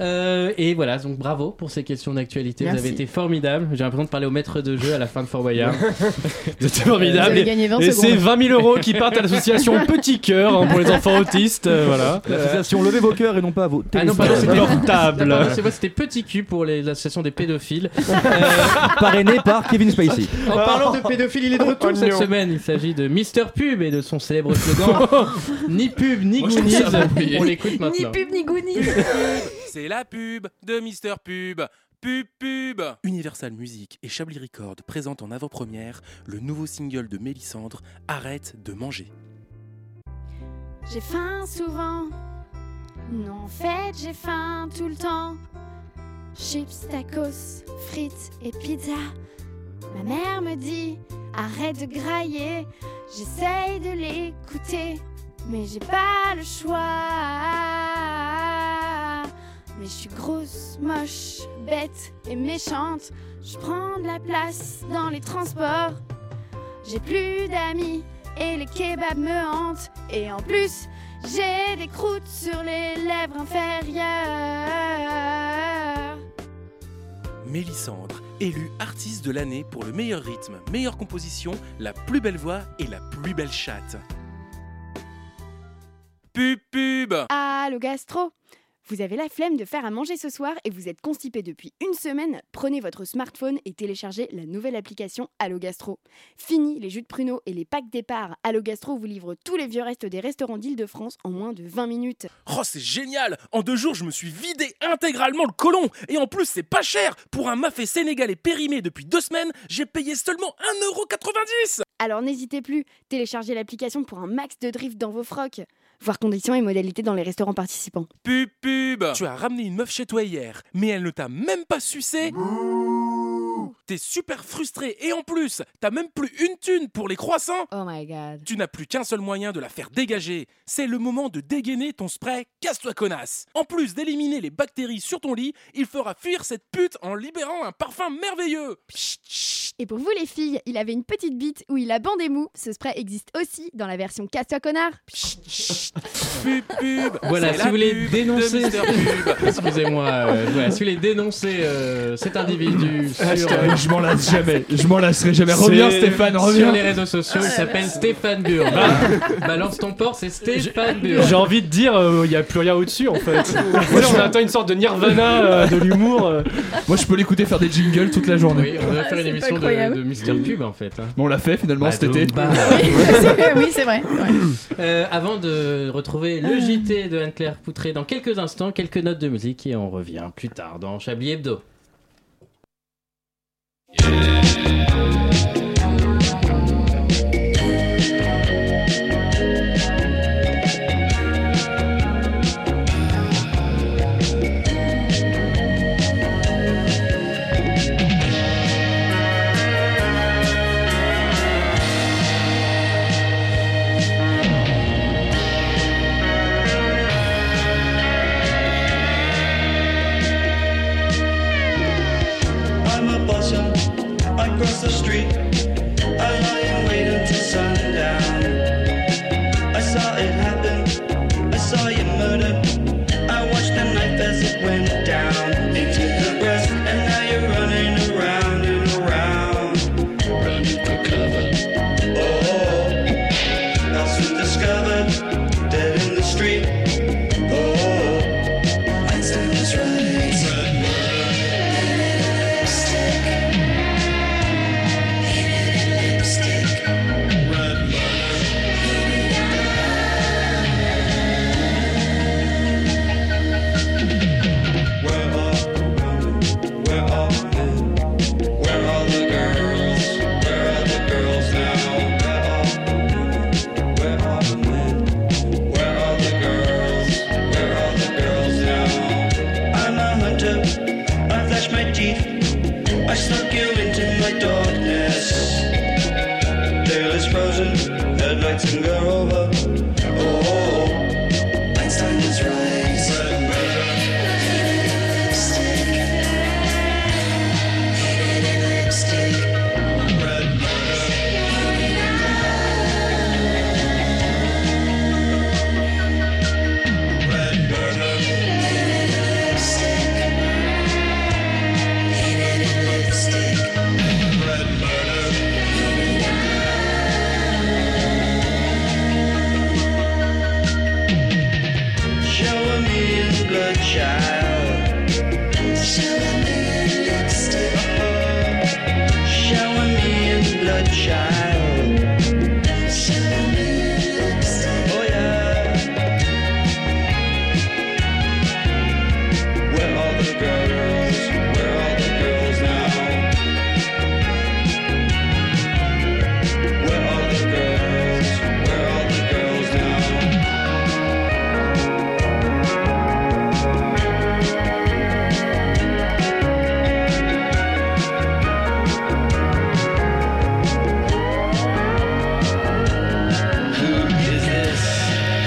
Euh, et voilà, donc bravo pour ces questions d'actualité. Vous Merci. avez été formidable. J'ai l'impression de parler au maître de jeu à la fin de Fort Boyard. C'était formidable. Vous avez gagné 20 et secondes. c'est 20 000 euros qui partent à l'association Petit Cœur hein, pour les enfants autistes. euh, voilà. L'association Levez vos cœurs et non pas vos Ah non, téléphones pardon, c'était portables. Ah, pardon, c'est moi, c'était petit cul pour les associations des pédophiles. Euh, Parrainé par Kevin Spacey. En parlant de pédophile, il est de retour Oh, cette non. semaine. Il s'agit de Mister Pub et de son célèbre slogan Ni pub, ni Moi, je trouve goonies. ça approprié. On l'écoute maintenant. ni Goonies. C'est la pub de Mister Pub. Pub pub Universal Music et Chablis Records présentent en avant-première le nouveau single de Mélissandre, Arrête de manger. J'ai faim souvent. Non, en fait, j'ai faim tout le temps. Chips, tacos, frites et pizza. Ma mère me dit arrête de grailler. J'essaye de l'écouter, mais j'ai pas le choix. Mais je suis grosse, moche, bête et méchante. Je prends de la place dans les transports. J'ai plus d'amis et les kebabs me hantent. Et en plus, j'ai des croûtes sur les lèvres inférieures. Mélissandre, élue artiste de l'année pour le meilleur rythme, meilleure composition, la plus belle voix et la plus belle chatte. Pub pub Allô gastro, Vous avez la flemme de faire à manger ce soir et vous êtes constipé depuis une semaine Prenez votre smartphone et téléchargez la nouvelle application Allo Gastro. Fini les jus de pruneaux et les packs départ. Allo Gastro vous livre tous les vieux restes des restaurants d'Île-de-France en moins de 20 minutes. Oh, c'est génial En deux jours, je me suis vidé intégralement le colon Et en plus, c'est pas cher Pour un mafé sénégalais périmé depuis deux semaines, j'ai payé seulement 1,90€ Alors n'hésitez plus, téléchargez l'application pour un max de drift dans vos frocs. Voir conditions et modalités dans les restaurants participants. Pub, pub Tu as ramené une meuf chez toi hier, mais elle ne t'a même pas sucé T'es super frustré et en plus, t'as même plus une thune pour les croissants Oh my god. Tu n'as plus qu'un seul moyen de la faire dégager. C'est le moment de dégainer ton spray Casse-toi connasse. En plus d'éliminer les bactéries sur ton lit, il fera fuir cette pute en libérant un parfum merveilleux. Et pour vous les filles, il avait une petite bite où il a bandé mou. Ce spray existe aussi dans la version Casse-toi connard. Pub, pub. Voilà, C'est si la vous voulez pub dénoncer. de Mr. Pub. Excusez-moi, euh, voilà, si vous voulez dénoncer euh, cet individu. sur- euh, Hashtag, Ah, je m'en lasse jamais, je m'en lasserai jamais. Reviens C'est- Stéphane, reviens. Sur les réseaux sociaux, il s'appelle Stéphane Burn. Balance ton porc, c'est Stéphane Burn. J'ai envie de dire, euh, il y n'y a plus rien au-dessus en fait. Moi, je- on attend une sorte de nirvana euh, de l'humour. euh. Moi je peux l'écouter faire des jingles toute la journée. Oui, on Ah, va faire une émission de, de Mister Pub en fait. hein. Bon, on l'a fait finalement Bah, cet été. donc, bah. oui, c'est vrai. Euh, avant de retrouver le JT de Anne-Claire Poutré dans quelques instants, quelques notes de musique et on revient plus tard dans Chablis Hebdo. I'm a buzzing. I cross the street. I lie and wait until sundown. I saw it happen. I saw you murder. I watched the knife as it went down into the breast, and now you're running around and around, running for cover. Oh, I soon discovered dead in the street. Oh, I said it's I'm a hunter. I flash my teeth. I snuck you into my darkness. Tail is frozen. Headlights and go over. Oh, Einstein is right. Shower me in blood, child. Shower me in lipstick. Shower me in blood, child. Shower me in lipstick. Oh yeah. Where are the girls? Where are the girls now? Where are the girls? Where are the girls now? Who is this?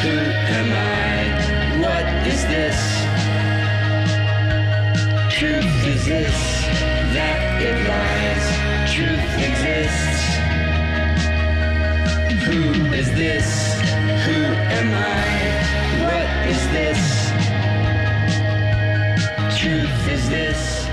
Who am I? What is this? Truth is this, that it lies. Truth exists. Who is this? Who am I? What is this? Truth is this,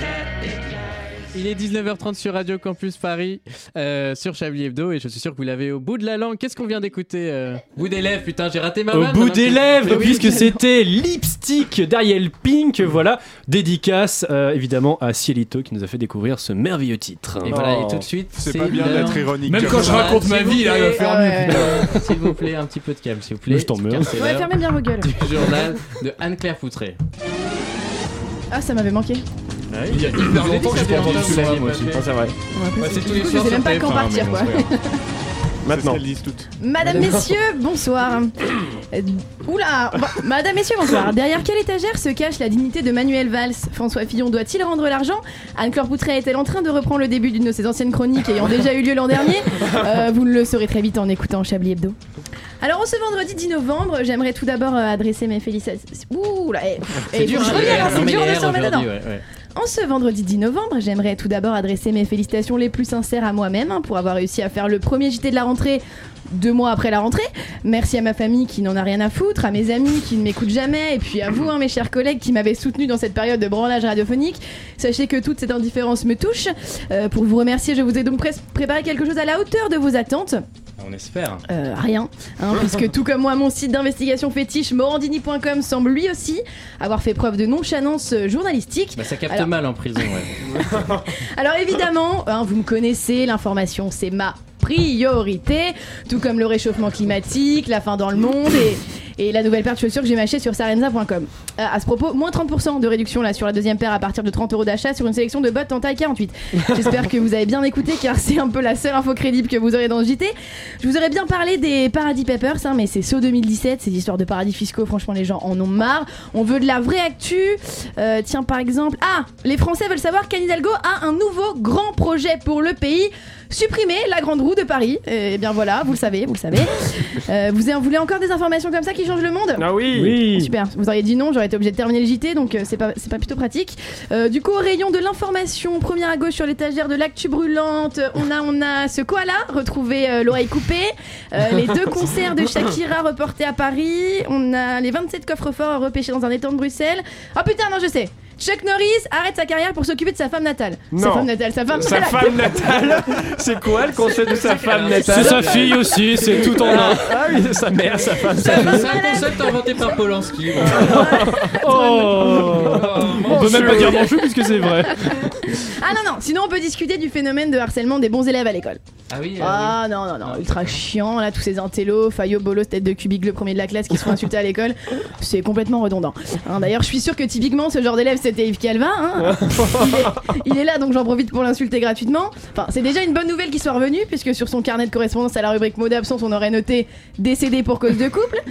that it lies. Il est 19h30 sur Radio Campus Paris, euh, sur Chablis Hebdo, et je suis sûr que vous l'avez au bout de la langue. Qu'est-ce qu'on vient d'écouter euh Bout des lèvres, putain, j'ai raté ma Au vanne, bout madame. des lèvres, Oui. puisque c'était Lipstick d'Ariel Pink, voilà, dédicace euh, évidemment à Cielito qui nous a fait découvrir ce merveilleux titre. Oh. Et voilà, et tout de suite, c'est l'heure- là, S'il vous plaît, fermer, euh, putain. S'il vous plaît, un petit peu de calme, s'il vous plaît. Mais je t'en meurs. car c'est Ouais, l'heure fermez bien vos gueules. Du journal de Anne-Claire Foutré. Ah, ça m'avait manqué. Ah Il y a hyper longtemps que j'ai pas entendu celui-là, moi aussi. c'est vrai. Ouais, du c'est tous les coup, je soirs sais même sur pas quand TF1, hein, partir, mais quoi. bon, c'est pas grave. Maintenant. Madame, messieurs, bonsoir. Euh, Oula bah, Madame, messieurs, bonsoir. Derrière quelle étagère se cache la dignité de Manuel Valls François Fillon doit-il rendre l'argent Anne-Claire Poutret est-elle en train de reprendre le début d'une de ses anciennes chroniques ayant déjà eu lieu l'an dernier Euh, Vous le saurez très vite en écoutant Chablis Hebdo. Alors, en ce vendredi 10 novembre, j'aimerais tout d'abord euh, adresser mes félicitations. Ouh là, eh, pff, eh, faut que je revienne, hein, c'est dur de se remettre dedans. En ce vendredi 10 novembre, j'aimerais tout d'abord adresser mes félicitations les plus sincères à moi-même hein, pour avoir réussi à faire le premier JT de la rentrée deux mois après la rentrée. Merci à ma famille qui n'en a rien à foutre, à mes amis qui ne m'écoutent jamais, et puis à vous, hein, mes chers collègues, qui m'avez soutenu dans cette période de branlage radiophonique. Sachez que toute cette indifférence me touche. Euh, pour vous remercier, je vous ai donc pres- préparé quelque chose à la hauteur de vos attentes. On espère. Euh, rien, hein, puisque tout comme moi, mon site d'investigation fétiche morandini.com semble lui aussi avoir fait preuve de nonchalance euh, journalistique. Bah, ça capte Alors- mal en prison, ouais. alors évidemment, hein, vous me connaissez, l'information c'est ma priorité, tout comme le réchauffement climatique, la faim dans le monde et, et la nouvelle paire de chaussures que j'ai mâchée sur sarenza.com. Euh, à ce propos, moins 30% de réduction là sur la deuxième paire à partir de 30 euros d'achat sur une sélection de bottes en taille 48. J'espère que vous avez bien écouté car c'est un peu la seule info crédible que vous aurez dans ce JT. Je vous aurais bien parlé des Paradis Papers, hein, mais c'est saut 2017, ces histoires de paradis fiscaux, franchement les gens en ont marre. On veut de la vraie actu. Euh, tiens par exemple, ah, les Français veulent savoir qu'Anne Hidalgo a un nouveau grand projet pour le pays. Supprimer la grande roue de Paris. Et bien voilà, vous le savez, vous le savez. Euh, vous en voulez encore des informations comme ça qui changent le monde Ah oui. Oui. Super, vous auriez dit non, j'aurais été obligé de terminer le JT, donc euh, c'est pas, c'est pas plutôt pratique. Euh, du coup, au rayon de l'information, première à gauche sur l'étagère de l'actu brûlante, on a, on a ce koala, retrouver euh, l'oreille coupée, euh, les deux concerts de Shakira reportés à Paris, on a les 27 coffres-forts repêchés dans un étang de Bruxelles. Oh putain, non, je sais Chuck Norris arrête sa carrière pour s'occuper de sa femme natale. Sa Non. femme natale, sa femme Sa natale. femme natale C'est quoi le concept de sa femme natale C'est sa fille aussi, c'est tout en un. Ah oui, sa mère, sa femme. C'est un concept inventé par Polanski. bon. Oh On peut même pas dire mon jeu puisque c'est vrai. Ah non, non, sinon on peut discuter du phénomène de harcèlement des bons élèves à l'école. Ah oui. Ah non, non, non, ultra chiant, là, tous ces intellos, Fayot, Bolos, tête de cubique, le premier de la classe qui se font insulter à l'école. C'est complètement redondant. Hein, D'ailleurs, je suis sûr que typiquement, ce genre d'élève, c'était Yves Calvin. hein. Il, est, il est là, donc j'en profite pour l'insulter gratuitement. Enfin, c'est déjà une bonne nouvelle qu'il soit revenu, puisque sur son carnet de correspondance à la rubrique mot d'absence, on aurait noté décédé pour cause de couple.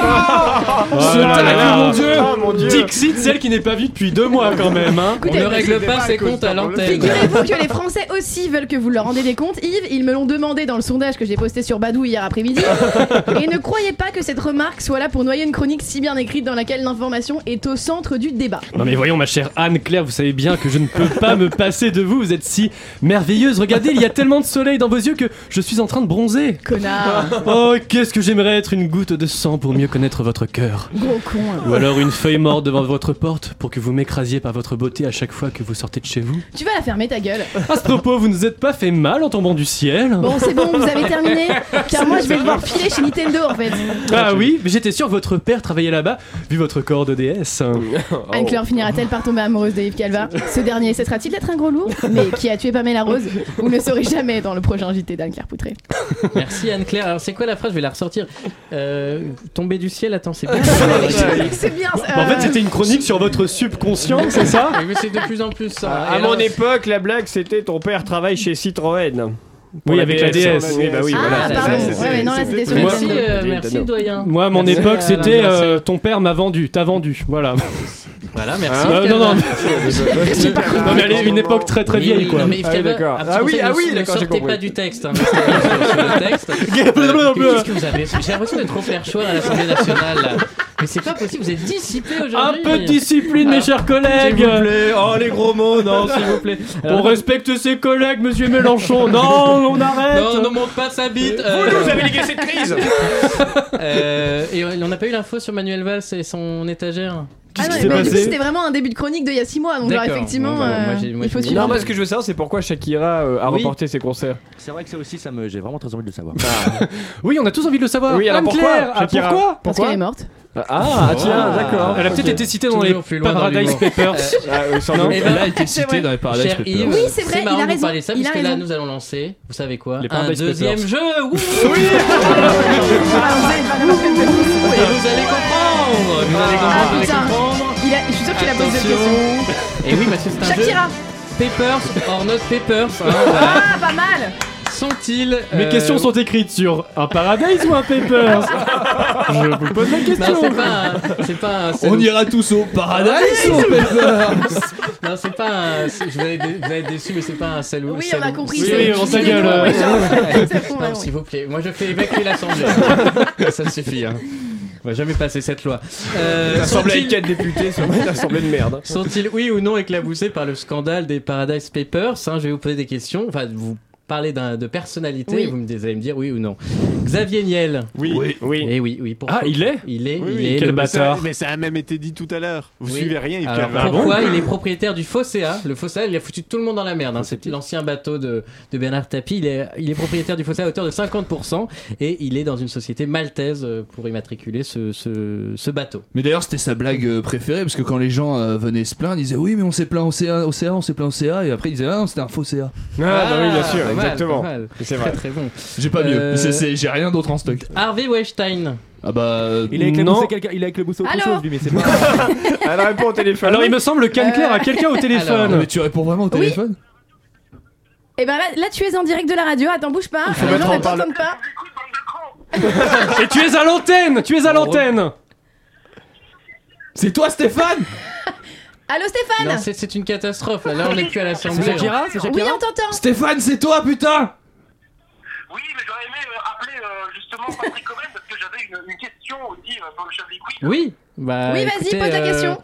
Ah Ah, Ce là tacle, là. mon dieu. Ah, mon Dieu. Dixit, celle qui n'est pas vue depuis deux mois quand même. hein. Écoutez, On ne règle pas ses comptes à l'antenne. Figurez-vous que les Français aussi veulent que vous leur rendez des comptes. Yves, ils me l'ont demandé dans le sondage que j'ai posté sur Badou hier après-midi. Et ne croyez pas que cette remarque soit là pour noyer une chronique si bien écrite dans laquelle l'information est au centre du débat. Non mais voyons ma chère Anne-Claire, vous savez bien que je ne peux pas me passer de vous, vous êtes si merveilleuse. Regardez, il y a tellement de soleil dans vos yeux que je suis en train de bronzer. Connard. Oh, qu'est-ce que j'aimerais être une goutte de sang pour mieux connaître votre cœur. Gros con. hein. Ou alors une feuille morte devant votre porte pour que vous m'écrasiez par votre beauté à chaque fois que vous sortez de chez vous. Tu vas la fermer ta gueule. À ce propos, vous ne vous êtes pas fait mal en tombant du ciel Bon, c'est bon, vous avez terminé. Car moi, je vais devoir filer chez Nintendo en fait. Ah oui, mais j'étais sûr que votre père travaillait là-bas, vu votre corps de déesse. Oh. Anne-Claire finira-t-elle par tomber amoureuse de Yves Calva Ce dernier cessera-t-il d'être un gros lourd Mais qui a tué Pamela Rose Vous ne le saurez jamais dans le prochain JT d'Anne-Claire Poutré. Merci Anne-Claire. Alors, c'est quoi la phrase Je vais la ressortir. Euh, tomber du ciel, attends, c'est bien. c'est bien Euh, ça. Bah, Bon, en fait, c'était une chronique sur votre subconscient, c'est ça Mais c'est Ah, de plus en plus ça. À Et mon alors- époque, la blague c'était ton père travaille chez Citroën. Pour Oui, avec la déclaration. DS. Oui, bah oui, Ah, voilà. pardon. Ça, c'était- Ouais, mais non, là, c'était sur Moi- Nintendo. Merci, euh, merci doyen. Moi, à mon Merci, Ah, Ah, époque, euh, c'était Alain euh, ton père m'a vendu, t'as vendu, voilà. Voilà, merci. Euh, non, non, J'ai pas compris. non, mais elle est une époque très très Oui, vieille, oui, quoi. non, mais Yves Ah oui, Calva, d'accord. un petit Ah oui, conseil, ah oui, ne, ne d'accord, j'ai sortez compris. pas du texte. hein, parce que sur le texte. Euh, Qu'est-ce que vous avez J'ai l'impression d'être au perchoir à l'Assemblée nationale. là. Mais c'est pas possible, vous êtes dissipé Un aujourd'hui. peu de discipline, mes chers collègues. S'il vous plaît. Oh, les gros mots, non, s'il vous plaît. Alors- on respecte ses collègues, monsieur Mélenchon. Non, on arrête. Non, ne monte pas sa bite. Vous nous avez légué cette crise. Euh, et on n'a pas eu l'info sur Manuel Valls et son étagère Ah non, qui mais s'est du coup, passé c'était vraiment un début de chronique d'il y a 6 mois, donc genre D'accord. effectivement, Bon, bah, euh, moi, j'ai- moi, il faut j'ai- suivre. Non, moi ce que je veux savoir, c'est pourquoi Shakira euh, a Oui. reporté ses concerts. C'est vrai que ça aussi, ça me, j'ai vraiment très envie de le savoir. Oui, on a tous envie de le savoir. Oui, alors Anne-Claire, pourquoi, ah, Shakira pourquoi Parce qu'elle est morte. Ah, tiens, d'accord. Elle a peut-être Ok. été citée dans les Toujours plus loin dans Paradise l'humour. Papers. Euh, Ah, oui, sans doute. Elle Eh ben, a été c'est vrai. citée dans les Paradise Cher Papers. Yves, Oui, c'est vrai, marrant il a de raison, parler de ça, il parce a que là, raison. nous allons lancer, vous savez quoi, Les un Paradise deuxième Papers. jeu. Wouh Ah, Ah, Et vous allez comprendre Vous allez comprendre, Ah vous allez putain, comprendre. il a- je suis sûr qu'il a posé cette Attention. question. Et oui, parce que c'est un Shakira. jeu. Papers or not papers. hein, voilà. Ah, pas mal Sont-ils. Mes euh, questions sont écrites sur un Paradise ou un Papers Je vous pose la question. Non, bah, c'est pas un- c'est pas un- c'est- On ira tous au paradis, on fait peur. Non, c'est pas un. c'est- Je vais être, vous allez être déçus, mais c'est pas un salou. Oui, salou- on a compris, Oui, c'est- oui, on c'est sa gueule. bon, ouais, euh. c'est bon, ouais, Non, ouais. S'il vous plaît, moi je fais évacuer l'Assemblée. Ça suffit. Hein. On va jamais passer cette loi. Euh, L'Assemblée sont-ils- avec 4 députés, c'est une assemblée de hein. merde. Sont-ils oui ou non éclaboussés par le scandale des Paradise Papers hein, Je vais vous poser des questions. Enfin, vous parlez d'un- de personnalité Oui. et vous me, allez me dire oui ou non. Xavier Niel. Oui. Oui. Oui. Et oui, oui. pourquoi- Ah, il est Il est, Oui, il oui, est. quel le- bâtard. Mais ça a même été dit tout à l'heure. Vous Oui. suivez rien, Yves Alors, Calva. Pourquoi il est propriétaire du Fosséa Le Fosséa, il a foutu tout le monde dans la merde. hein. C'est l'ancien bateau de, de Bernard Tapie. Il est, il est propriétaire du Fosséa à hauteur de 50% et il est dans une société maltaise euh, pour immatriculer ce, ce- Euh, ce bateau. Mais d'ailleurs, c'était sa blague euh, préférée, parce que quand les gens euh, venaient se plaindre, ils disaient oui, mais on s'est plaint au CA, au CA, on s'est plaint au CA, et après ils disaient ah non, c'était un faux CA. Ah, bah oui, bien sûr, pas mal, exactement. pas mal. C'est vrai. Très, très bon. J'ai pas Euh, mieux, C'est- c'est- j'ai rien d'autre en stock. Harvey Weinstein. Ah bah. Il a non. éclaboussé quelqu'un, il a éclaboussé autre Allô chose, lui, mais c'est pas. Elle répond au téléphone. Alors, il me semble Euh, qu'Anne-Claire a quelqu'un au Ah téléphone. non, mais tu réponds vraiment au téléphone Et ben là, là, tu es en direct de la radio, attends, bouge pas, faut les mettre gens en ne t'entendent pas. Et tu es à l'antenne Tu es à l'antenne C'est toi, Stéphane Allô Stéphane Non, c'est- c'est une catastrophe. Là, Là, on n'est plus à l'Assemblée. C'est Shakira C'est Shakira Oui, on t'entend. Stéphane, c'est toi, putain Euh, euh, Oui. Bah, Oui, vas-y, écoutez, pose ta euh, question.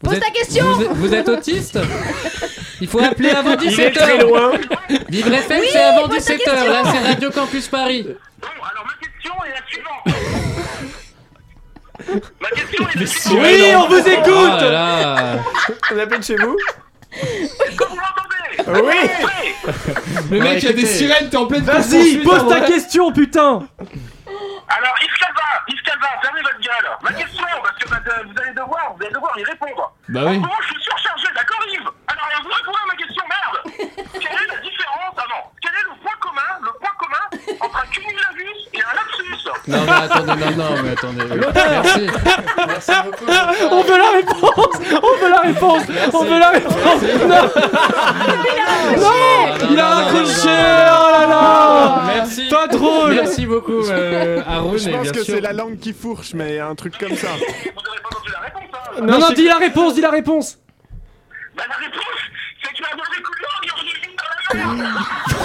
vous Pose êtes- ta question Vous êtes, vous êtes autiste Il faut appeler avant Il est 17h. très loin. Vivre FM, Oui, c'est avant pose ta 17h. question. Là, c'est Radio Campus Paris. Oui, on vous écoute Oh là là. On appelle chez vous Oui Le mec, il y a des écoutez. sirènes, t'es en pleine Vas-y, poursuite, en pose ta vrai. question, putain Alors, Yves Calva, Yves Calva, fermez votre gueule. Ma question, parce que bah, de- vous allez devoir, vous allez devoir y répondre. Bah oui. En gros, je suis surchargé, d'accord Yves Alors, vous répondez à ma question, merde Quelle est la différence, ah non, quel est le point commun, le point commun entre un cumulabus et un lapsus Non, mais attendez, non, non, mais attendez. Merci. Merci beaucoup. On veut la réponse On veut la réponse On veut la réponse Non Il a Ah, raccroché Oh là là Merci. Pas drôle Merci beaucoup, euh, Haroun. Je et pense bien que sûr- c'est la langue qui fourche, mais un truc comme ça. Non, non, dis la réponse, dis la réponse Bah, la réponse, c'est qu'il a donné coup de langue et on est vite dans la merde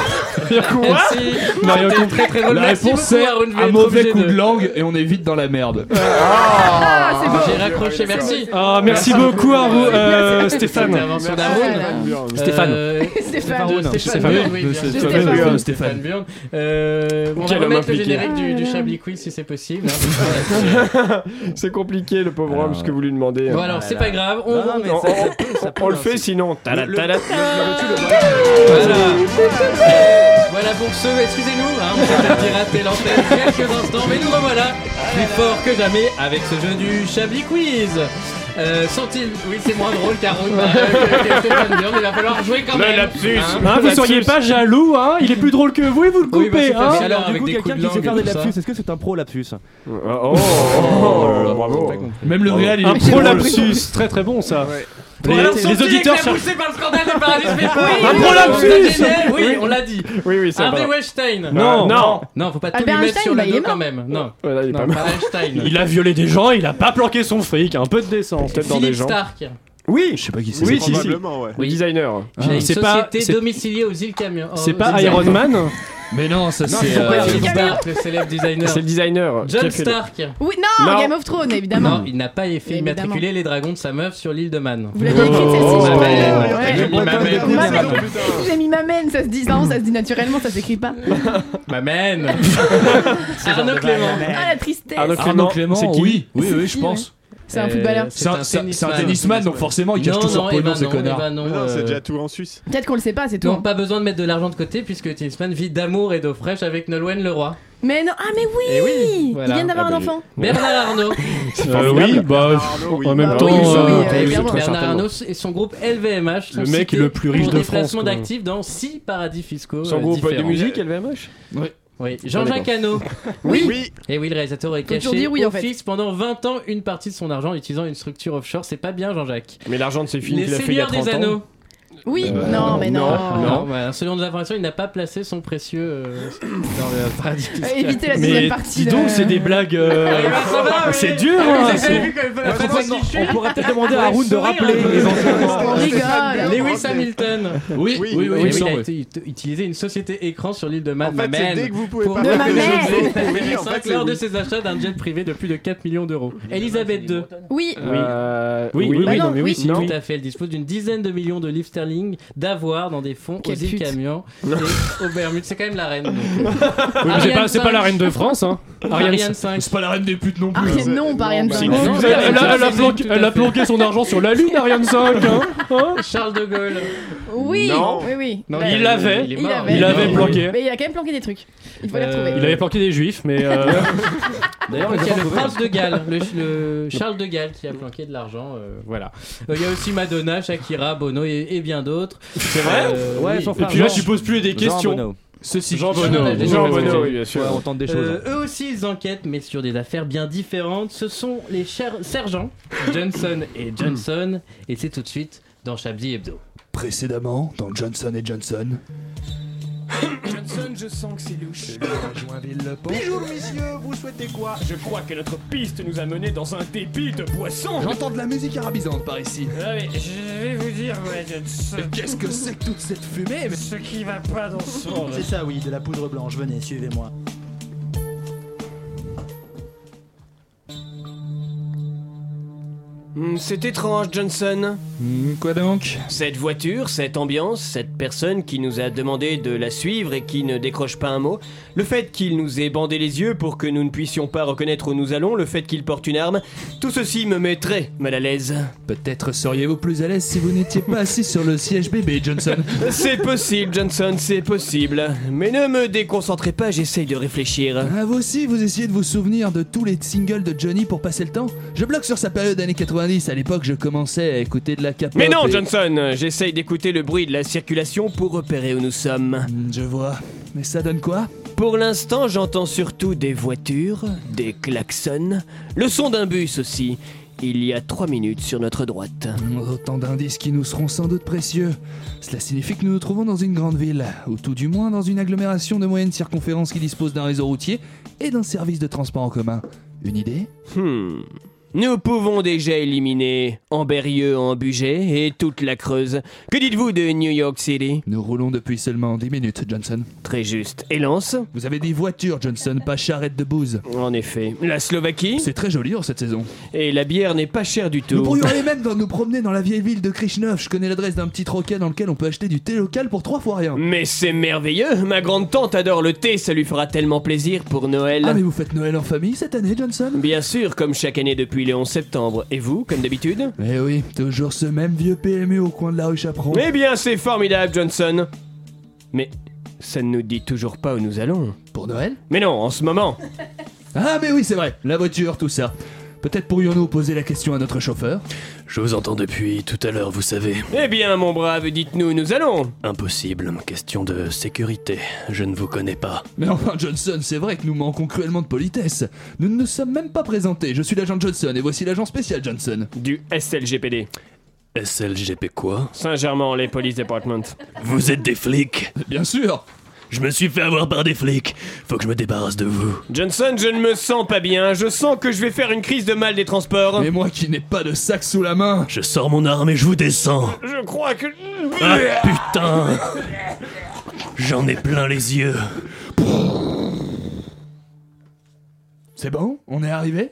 Merci. Mario C'était Comte. très très drôle. La Merci réponse beaucoup, c'est Haroun. vous un êtes mauvais obligé coup de- de langue et on est vite dans la merde. Ah, c'est bon J'ai raccroché, merci. Ah, merci beaucoup à vous, euh, Pour Stéphane l'intervention d'Haroun. Euh, Stéphane. de Stéphane Stéphane Burn, oui, De bien sûr. Stéphane Stéphane Burn. Burn. Stéphane. Stéphane Burn. Euh, on va Quel homme remettre le impliqué. générique Ah du, du Chablis Quiz si c'est possible. C'est compliqué, le pauvre homme, ce que vous lui demandez. Bon alors, c'est pas grave, on, Non, mais On, ça- ça- on- on le fait sinon. Tala, tala, Oh, Voilà. Voilà pour ceux, excusez-nous, hein, on s'est peut-être piraté l'antenne quelques instants, mais nous revoilà plus fort que jamais avec ce jeu du Chablis Quiz. Euh, sont-ils Oui, c'est moins drôle bah, euh, car on il va falloir jouer quand Le même. lapsus. Hein, vous seriez pas jaloux, hein Il est plus drôle que vous et vous le Bah, Oui, bah, coupez, c'est hein facile, Alors, du avec coup, des coups quelqu'un qui de sait langue faire des et tout ça. lapsus, est-ce que c'est un pro lapsus Oh, bravo. Oh. Même le réel est Un plus pro drôle. lapsus, très très bon ça Bon, alors, les, sont-ils les auditeurs cherchent... éclaboussés par le scandale des paradis Papers Un Oui, gros on lapsus. l'a dit, mais- Oui, on l'a dit. Oui, oui, ça Harvey va. Weinstein. Non, non Non, faut pas tout Albert lui mettre Einstein, sur bah, le il est dos mort. quand même. Non. Ouais, là, il est pas Non, mal. pas Einstein. Il a violé des gens, il a pas planqué son fric, un peu de décence Peut-être dans des Philippe gens. Stark. Ah, Oui, Je sais pas qui c'est. oui, si, si. Probablement, ouais. Le designer. J'ai une c'est pas- société c'est- domiciliée aux îles Camions. C'est pas Iron Man Mais non, ça Non, c'est. c'est pas euh, Jim Stark, le célèbre designer. C'est le designer. John qui a fait le- Stark. Oui, non, Non. Game of Thrones, évidemment. Non, il n'a pas fait Évidemment. immatriculer les dragons de sa meuf sur l'île de Man. Vous l'avez écrite, Oh, celle-ci, je ma crois. mère. Ouais. Elle dit, ma mère. Ma mère. J'ai mis ma main, ça se dit, non, ça se dit naturellement, ça s'écrit pas. Ma mène Arnaud Clément Ah, la tristesse. Arnaud Clément, c'est qui oui, oui, oui, je qui, pense. hein. Euh, C'est Euh, un footballeur. C'est un, c'est un tennisman, donc forcément, il cache tout sur pognon, ces connards. tout en Suisse. Peut-être qu'on le sait pas, c'est tout. hein. Donc pas besoin de mettre de l'argent de côté puisque le tennisman vit d'amour et d'eau fraîche avec Nolwenn Leroy. Mais non, ah, mais oui, Eh oui, Il voilà. vient d'avoir bah, Ah un ben, enfant. Bernard Arnault Euh, oui, bah, en même Bah temps, oui, oui, euh, oui, t'as eu évidemment. très certainement. Bernard Arnault et son groupe LVMH sont Le mec cités le plus riche pour de des France, placements quoi. d'actifs dans 6 paradis fiscaux. Son euh, groupe de différents. musique, LVMH Oui. Oui. Jean-Jacques Ah, Hano. d'accord. Oui. Et oui, le réalisateur est Faut toujours caché dire oui, au en fait. fixe pendant 20 ans une partie de son argent en utilisant une structure offshore. C'est pas bien, Jean-Jacques. Mais l'argent de ses films Les qu'il a fait il y a 30 Seigneurs des ans. Euh, Anneaux. Oui, non, mais non. Non, bah, selon nos informations, il n'a pas placé son précieux euh, dans le paradis fiscal. évitez la Mais dis donc, c'est des blagues. euh, Eh ben, ça va, c'est oui. dur. Ah, hein, vous avez c'est- vu quand même Ah, pas la On façon pourrait- dont je On suis. pourrait peut-être demander à Ouais, Haroun de sourire un rappeler. peu. éventuellement. On rigole. hein. Lewis Hamilton. Oui, oui, oui, il me il a semble. été ut- utilisé une société écran sur l'île de Man. En fait, c'est dès que vous pouvez pas de faire ma des mère. jeux de mots, vous pouvez Pour dire, en fait, 5 c'est lors vous. de ses achats d'un jet privé de plus de 4 millions d'euros. Elisabeth II. Oui. Euh, oui, oui, oui, non, mais oui, si, oui. tout à fait. Elle dispose d'une dizaine de millions de livres sterling d'avoir dans des fonds aux Quelle îles pute. Camions et aux Bermudes. C'est quand même la reine. donc. Oui, mais c'est pas- Ariane C'est pas la cinq. reine de France, hein. Ariane 5. C'est pas la reine des putes non Ariane- Ah, non, pas Ariane Si, Pinson. si, vous avez- elle a- elle a planqué- Elle a planqué son argent sur la Lune, Ariane 5. hein. Charles de Gaulle. Oui, Non. oui, oui. Non, Bah, il l'avait. il Il l'avait. l'avait. Il l'avait planqué. Mais il a quand même planqué des trucs. Il faut les Euh, retrouver. Il avait planqué des juifs, mais. euh, D'ailleurs, il y a le trouvé. prince de Galles, le, le Charles de Galles qui a planqué de l'argent. euh, voilà. Euh, Il y a aussi Madonna, Shakira, Bono et, et bien d'autres. C'est vrai Ouais, sans Et puis là, je suppose plus des Jean questions. Bono. Ceci. Jean Bono. Jean Bono, oui, bien sûr. Ouais, on tente des choses, Euh, eux aussi, ils enquêtent, mais sur des affaires bien différentes. Ce sont les chers sergents Johnson et Johnson. Et c'est tout de suite dans Chablis Hebdo. Précédemment, dans Johnson et Johnson. Johnson, je sens que c'est louche. Bonjour messieurs, vous souhaitez quoi Je crois que notre piste nous a mené dans un débit de poisson. J'entends de la musique arabisante par ici. Ah mais je vais vous dire, ouais, Johnson. Mais qu'est-ce que c'est que toute cette fumée Ce qui va pas dans ce monde. C'est ça, oui, de la poudre blanche. Venez, suivez-moi. Hmm, C'est étrange, Johnson. Hmm, quoi donc Cette voiture, cette ambiance, cette personne qui nous a demandé de la suivre et qui ne décroche pas un mot, le fait qu'il nous ait bandé les yeux pour que nous ne puissions pas reconnaître où nous allons, le fait qu'il porte une arme, tout ceci me met très mal à l'aise. Peut-être seriez-vous plus à l'aise si vous n'étiez pas assis sur le siège bébé, Johnson. C'est possible, Johnson, c'est possible. Mais ne me déconcentrez pas, j'essaye de réfléchir. Ah, vous aussi, vous essayez de vous souvenir de tous les singles de Johnny pour passer le temps Je bloque sur sa période années 90. À l'époque, je commençais à écouter de la capote. Mais non, et- Johnson, euh, j'essaye d'écouter le bruit de la circulation pour repérer où nous sommes. Hmm, Je vois. Mais ça donne quoi Pour l'instant, j'entends surtout des voitures, des klaxons, le son d'un bus aussi. Il y a trois minutes sur notre droite. Autant d'indices qui nous seront sans doute précieux. Cela signifie que nous nous trouvons dans une grande ville, ou tout du moins dans une agglomération de moyenne circonférence qui dispose d'un réseau routier et d'un service de transport en commun. Une idée Hmm. Nous pouvons déjà éliminer Amberieux en Bugey et toute la Creuse. Que dites-vous de New York City Nous roulons depuis seulement 10 minutes, Johnson. Très juste. Et Lance Vous avez dit voiture, Johnson, pas charrette de bouse. En effet. La Slovaquie C'est très joli en cette saison. Et la bière n'est pas chère du tout. Nous pourrions aller même dans- nous promener dans la vieille ville de Krishnov. Je connais l'adresse d'un petit troquet dans lequel on peut acheter du thé local pour trois fois rien. Mais c'est merveilleux Ma grande tante adore le thé, ça lui fera tellement plaisir pour Noël. Ah mais vous faites Noël en famille cette année, Johnson Bien sûr, comme chaque année depuis le 11 septembre. Et vous, comme d'habitude Eh oui, toujours ce même vieux PMU au coin de la rue Chaperon. Eh bien, c'est formidable, Johnson Mais ça ne nous dit toujours pas où nous allons. Pour Noël Mais non, en ce moment Ah mais oui, c'est vrai, la voiture, tout ça. Peut-être pourrions-nous poser la question à notre chauffeur Je vous entends depuis tout à l'heure, vous savez. Eh bien, mon brave, dites-nous où nous allons Oh, Impossible, question de sécurité. Je ne vous connais pas. Mais enfin, Johnson, c'est vrai que nous manquons cruellement de politesse. Nous ne nous sommes même pas présentés. Je suis l'agent Johnson et voici l'agent spécial Johnson. Du SLGPD. SLGP quoi Saint-Germain, les Police Department. Vous êtes des flics Bien sûr Je me suis fait avoir par des flics. Faut que je me débarrasse de vous. Johnson, je ne me sens pas bien. Je sens que je vais faire une crise de mal des transports. Mais moi qui n'ai pas de sac sous la main Je sors mon arme et je vous descends. Je crois que... Ah putain J'en ai plein les yeux. C'est bon On est arrivé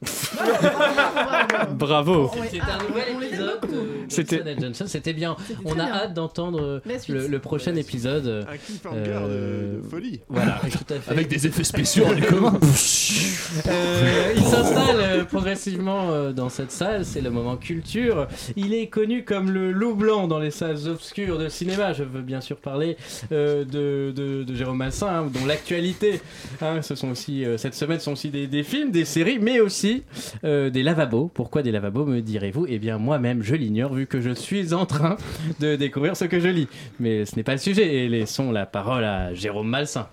Bravo. C'était un nouvel épisode. de C'était- Johnson and Johnson. C'était bien. On a bien. hâte d'entendre euh, La suite. le, le prochain épisode. euh, Un cliffhanger de- de folie. Voilà, tout à fait. Avec des effets spéciaux en commun. Euh, il s'installe euh, progressivement euh, dans cette salle, c'est le moment culture. Il est connu comme le loup blanc dans les salles obscures de cinéma. Je veux bien sûr parler euh, de, de- de Jérôme Massin, hein, dont l'actualité, hein, ce sont aussi, euh, cette semaine, sont aussi des, des films, des séries, mais aussi euh, des lavabos. Pourquoi des lavabos, me direz-vous Eh bien, moi-même, je l'ignore, vu que je suis en train de découvrir ce que je lis. Mais ce n'est pas le sujet, et laissons la parole à Jérôme Malsain.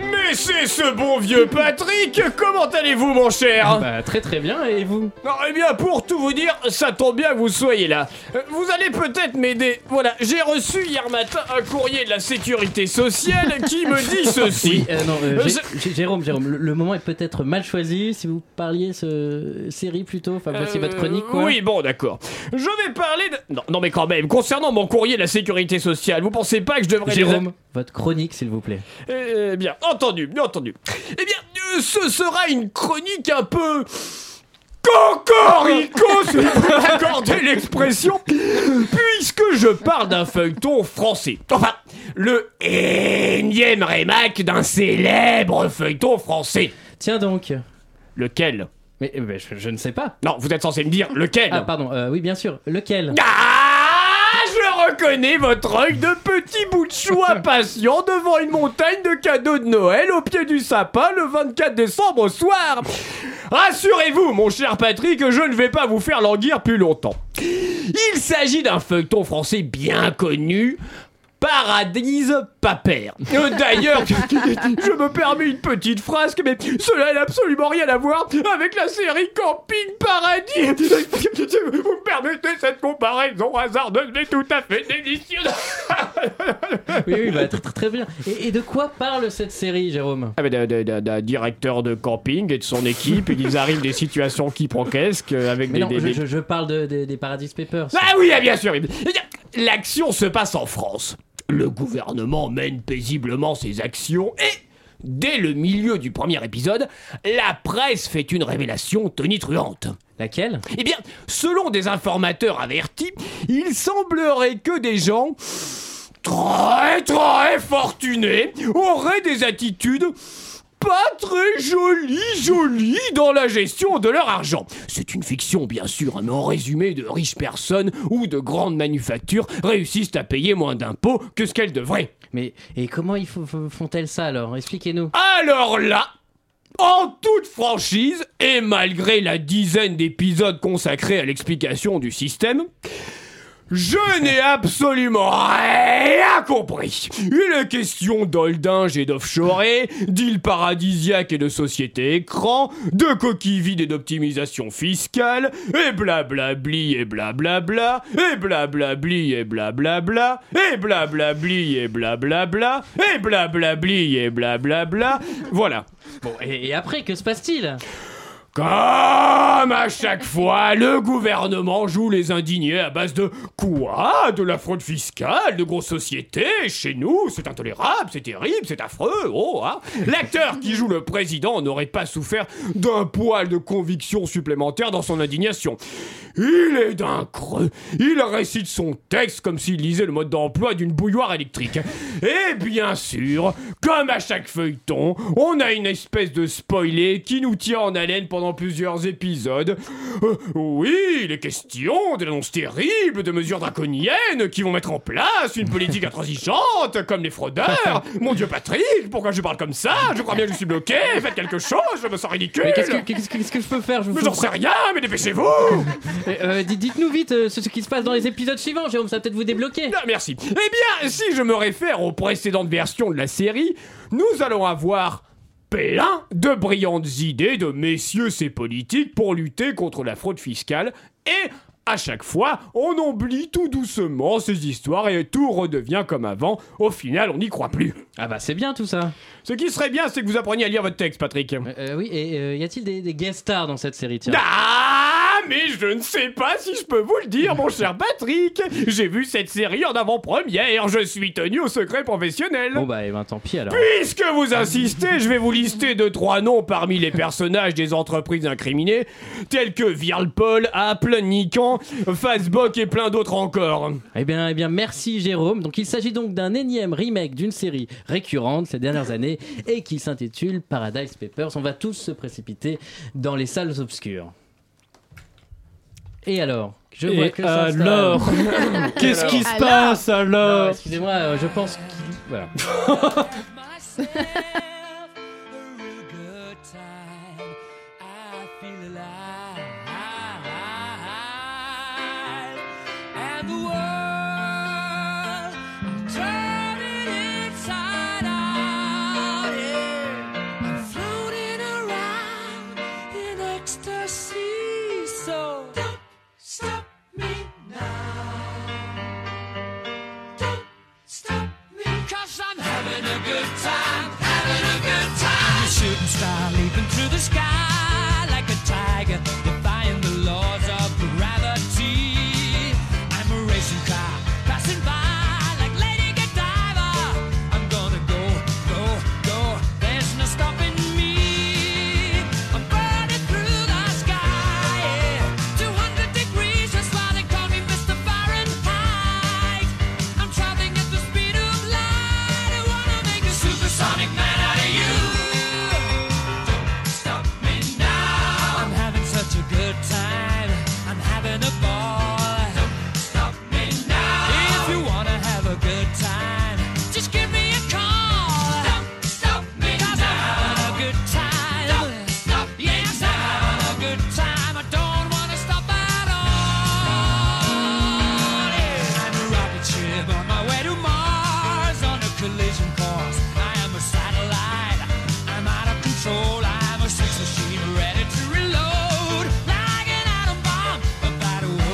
Mais c'est ce bon vieux Patrick Comment allez-vous, mon cher Bah, très très bien, et vous Non, eh bien, pour tout vous dire, ça tombe bien que vous soyez là. Euh, Vous allez peut-être m'aider. Voilà, j'ai reçu hier matin un courrier de la sécurité sociale qui me dit ceci. Oui, euh, non, euh, Euh, Jé- Jé- Jérôme, Jérôme, le, le moment est peut-être mal choisi. Si vous parliez ce série plutôt, enfin voici Euh, votre chronique. Quoi. Oui, bon, d'accord. Je vais parler de... Non, non, mais quand même, concernant mon courrier de la sécurité sociale, vous pensez pas que je devrais... les- Jérôme, votre chronique, s'il vous plaît. Eh bien, entendu, bien entendu. Eh bien, euh, ce sera une chronique un peu... Cocorico, si vous m'accordez l'expression, puisque je parle d'un feuilleton français. Enfin, le énième rémac d'un célèbre feuilleton français. Tiens donc. Lequel Mais eh ben, je, je ne sais pas. Non, vous êtes censé me dire lequel Ah, pardon, euh, oui, bien sûr. Lequel Ah, je reconnais votre œil de petit bout de chou impatient devant une montagne de cadeaux de Noël au pied du sapin le 24 décembre au soir. Rassurez-vous, mon cher Patrick, que je ne vais pas vous faire languir plus longtemps. Il s'agit d'un feuilleton français bien connu. Paradise Papère. Euh, D'ailleurs, je me permets une petite phrase, mais cela n'a absolument rien à voir avec la série Camping Paradis. Vous me permettez cette comparaison hasardeuse, mais tout à fait délicieuse. Oui, oui, bah, très, très, très bien. Et, et de quoi parle cette série, Jérôme Ah, mais d'un- d'un- d'un d'un directeur de camping et de son équipe, et ils arrivent des situations quiproquesques euh, avec Mais des, non, des- je, des- je- je parle de- de- des Paradise Papers. Ah oui, ah, bien sûr. L'action se passe en France. Le gouvernement mène paisiblement ses actions et, dès le milieu du premier épisode, la presse fait une révélation tonitruante. Laquelle Eh bien, selon des informateurs avertis, il semblerait que des gens très très fortunés auraient des attitudes pas très jolies jolies dans la gestion de leur argent. C'est une fiction bien sûr, hein, mais en résumé, de riches personnes ou de grandes manufactures réussissent à payer moins d'impôts que ce qu'elles devraient. Mais et comment ils fo- fo- font-elles ça alors Expliquez-nous. Alors là, en toute franchise, et malgré la dizaine d'épisodes consacrés à l'explication du système, je n'ai absolument rien compris. Il est question d'holdinge et d'offshore, d'îles paradisiaques et de sociétés écran, de coquilles vides et d'optimisation fiscale, et blablabli et blablabla, et blablabli et blablabla, et blablabli et blablabla, et blablabli et blablabla. Voilà. Bon, et, et après, que se passe-t-il Comme à chaque fois, le gouvernement joue les indignés à base de quoi De la fraude fiscale, de grosses sociétés, chez nous, c'est intolérable, c'est terrible, c'est affreux, oh hein. L'acteur qui joue le président n'aurait pas souffert d'un poil de conviction supplémentaire dans son indignation. Il est d'un creux, il récite son texte comme s'il lisait le mode d'emploi d'une bouilloire électrique. Et bien sûr, comme à chaque feuilleton, on a une espèce de spoilé qui nous tient en haleine pendant plusieurs épisodes. Euh, oui, il est question de l'annonce terrible de mesures draconiennes qui vont mettre en place une politique intransigeante comme les fraudeurs. Mon dieu Patrick, pourquoi je parle comme ça Je crois bien que je suis bloqué, faites quelque chose, je me sens ridicule. Mais qu'est-ce que, qu'est-ce que- qu'est-ce que je peux faire je Mais vous- j'en sais rien, mais dépêchez-vous Euh, euh, dites- Dites-nous vite euh, ce, ce qui se passe dans les épisodes suivants, Jérôme, ça va peut-être vous débloquer. Ah, merci. Eh bien, si je me réfère aux précédentes versions de la série, nous allons avoir plein de brillantes idées de messieurs ces politiques pour lutter contre la fraude fiscale et à chaque fois, on oublie tout doucement ces histoires et tout redevient comme avant. Au final, on n'y croit plus. Ah bah c'est bien tout ça. Ce qui serait bien, c'est que vous appreniez à lire votre texte, Patrick. Euh, oui, et euh, y a-t-il des, des guest stars dans cette série tiens Ah, mais je ne sais pas si je peux vous le dire, mon cher Patrick. J'ai vu cette série en avant-première. Je suis tenu au secret professionnel. Bon bah, eh ben, tant pis alors. Puisque vous insistez, je vais vous lister deux trois noms parmi les personnages des entreprises incriminées, tels que Virlpol, Apple, Nikan, Fazbok et plein d'autres encore. Eh bien, eh bien, merci Jérôme. Donc, il s'agit donc d'un énième remake d'une série récurrente ces dernières années et qui s'intitule Paradise Papers. On va tous se précipiter dans les salles obscures. Et alors Je Et vois que ça installe. alors Qu'est-ce qui se passe, alors Non, Excusez-moi, euh, je pense qu'il. Voilà. And the world turning inside out. Yeah. I'm floating around in ecstasy. So don't stop me now. Don't stop me, cause I'm having a good time. Having a good time. A shooting star leaping through the sky like a tiger, defying the laws of gravity. I'm a racing car passing by like Lady Godiva. I'm gonna go, go, go. There's no stopping me. I'm burning through the sky. Yeah. 200 degrees, that's why they call me Mr. Fahrenheit. I'm traveling at the speed of light. I wanna make a supersonic man out of you. Don't stop me now. I'm having such a good time. I'm having a ball. Don't stop me now. If you wanna have a good time, just give me a call. Don't stop me now. I'm having a good time. Don't stop me yes, now. I'm having a good time. I don't wanna stop at all. Yeah. I'm a rocket ship on my way to Mars on a collision course. I am a satellite. I'm out of control. I'm a sex machine ready to reload like an atom bomb. About to oh,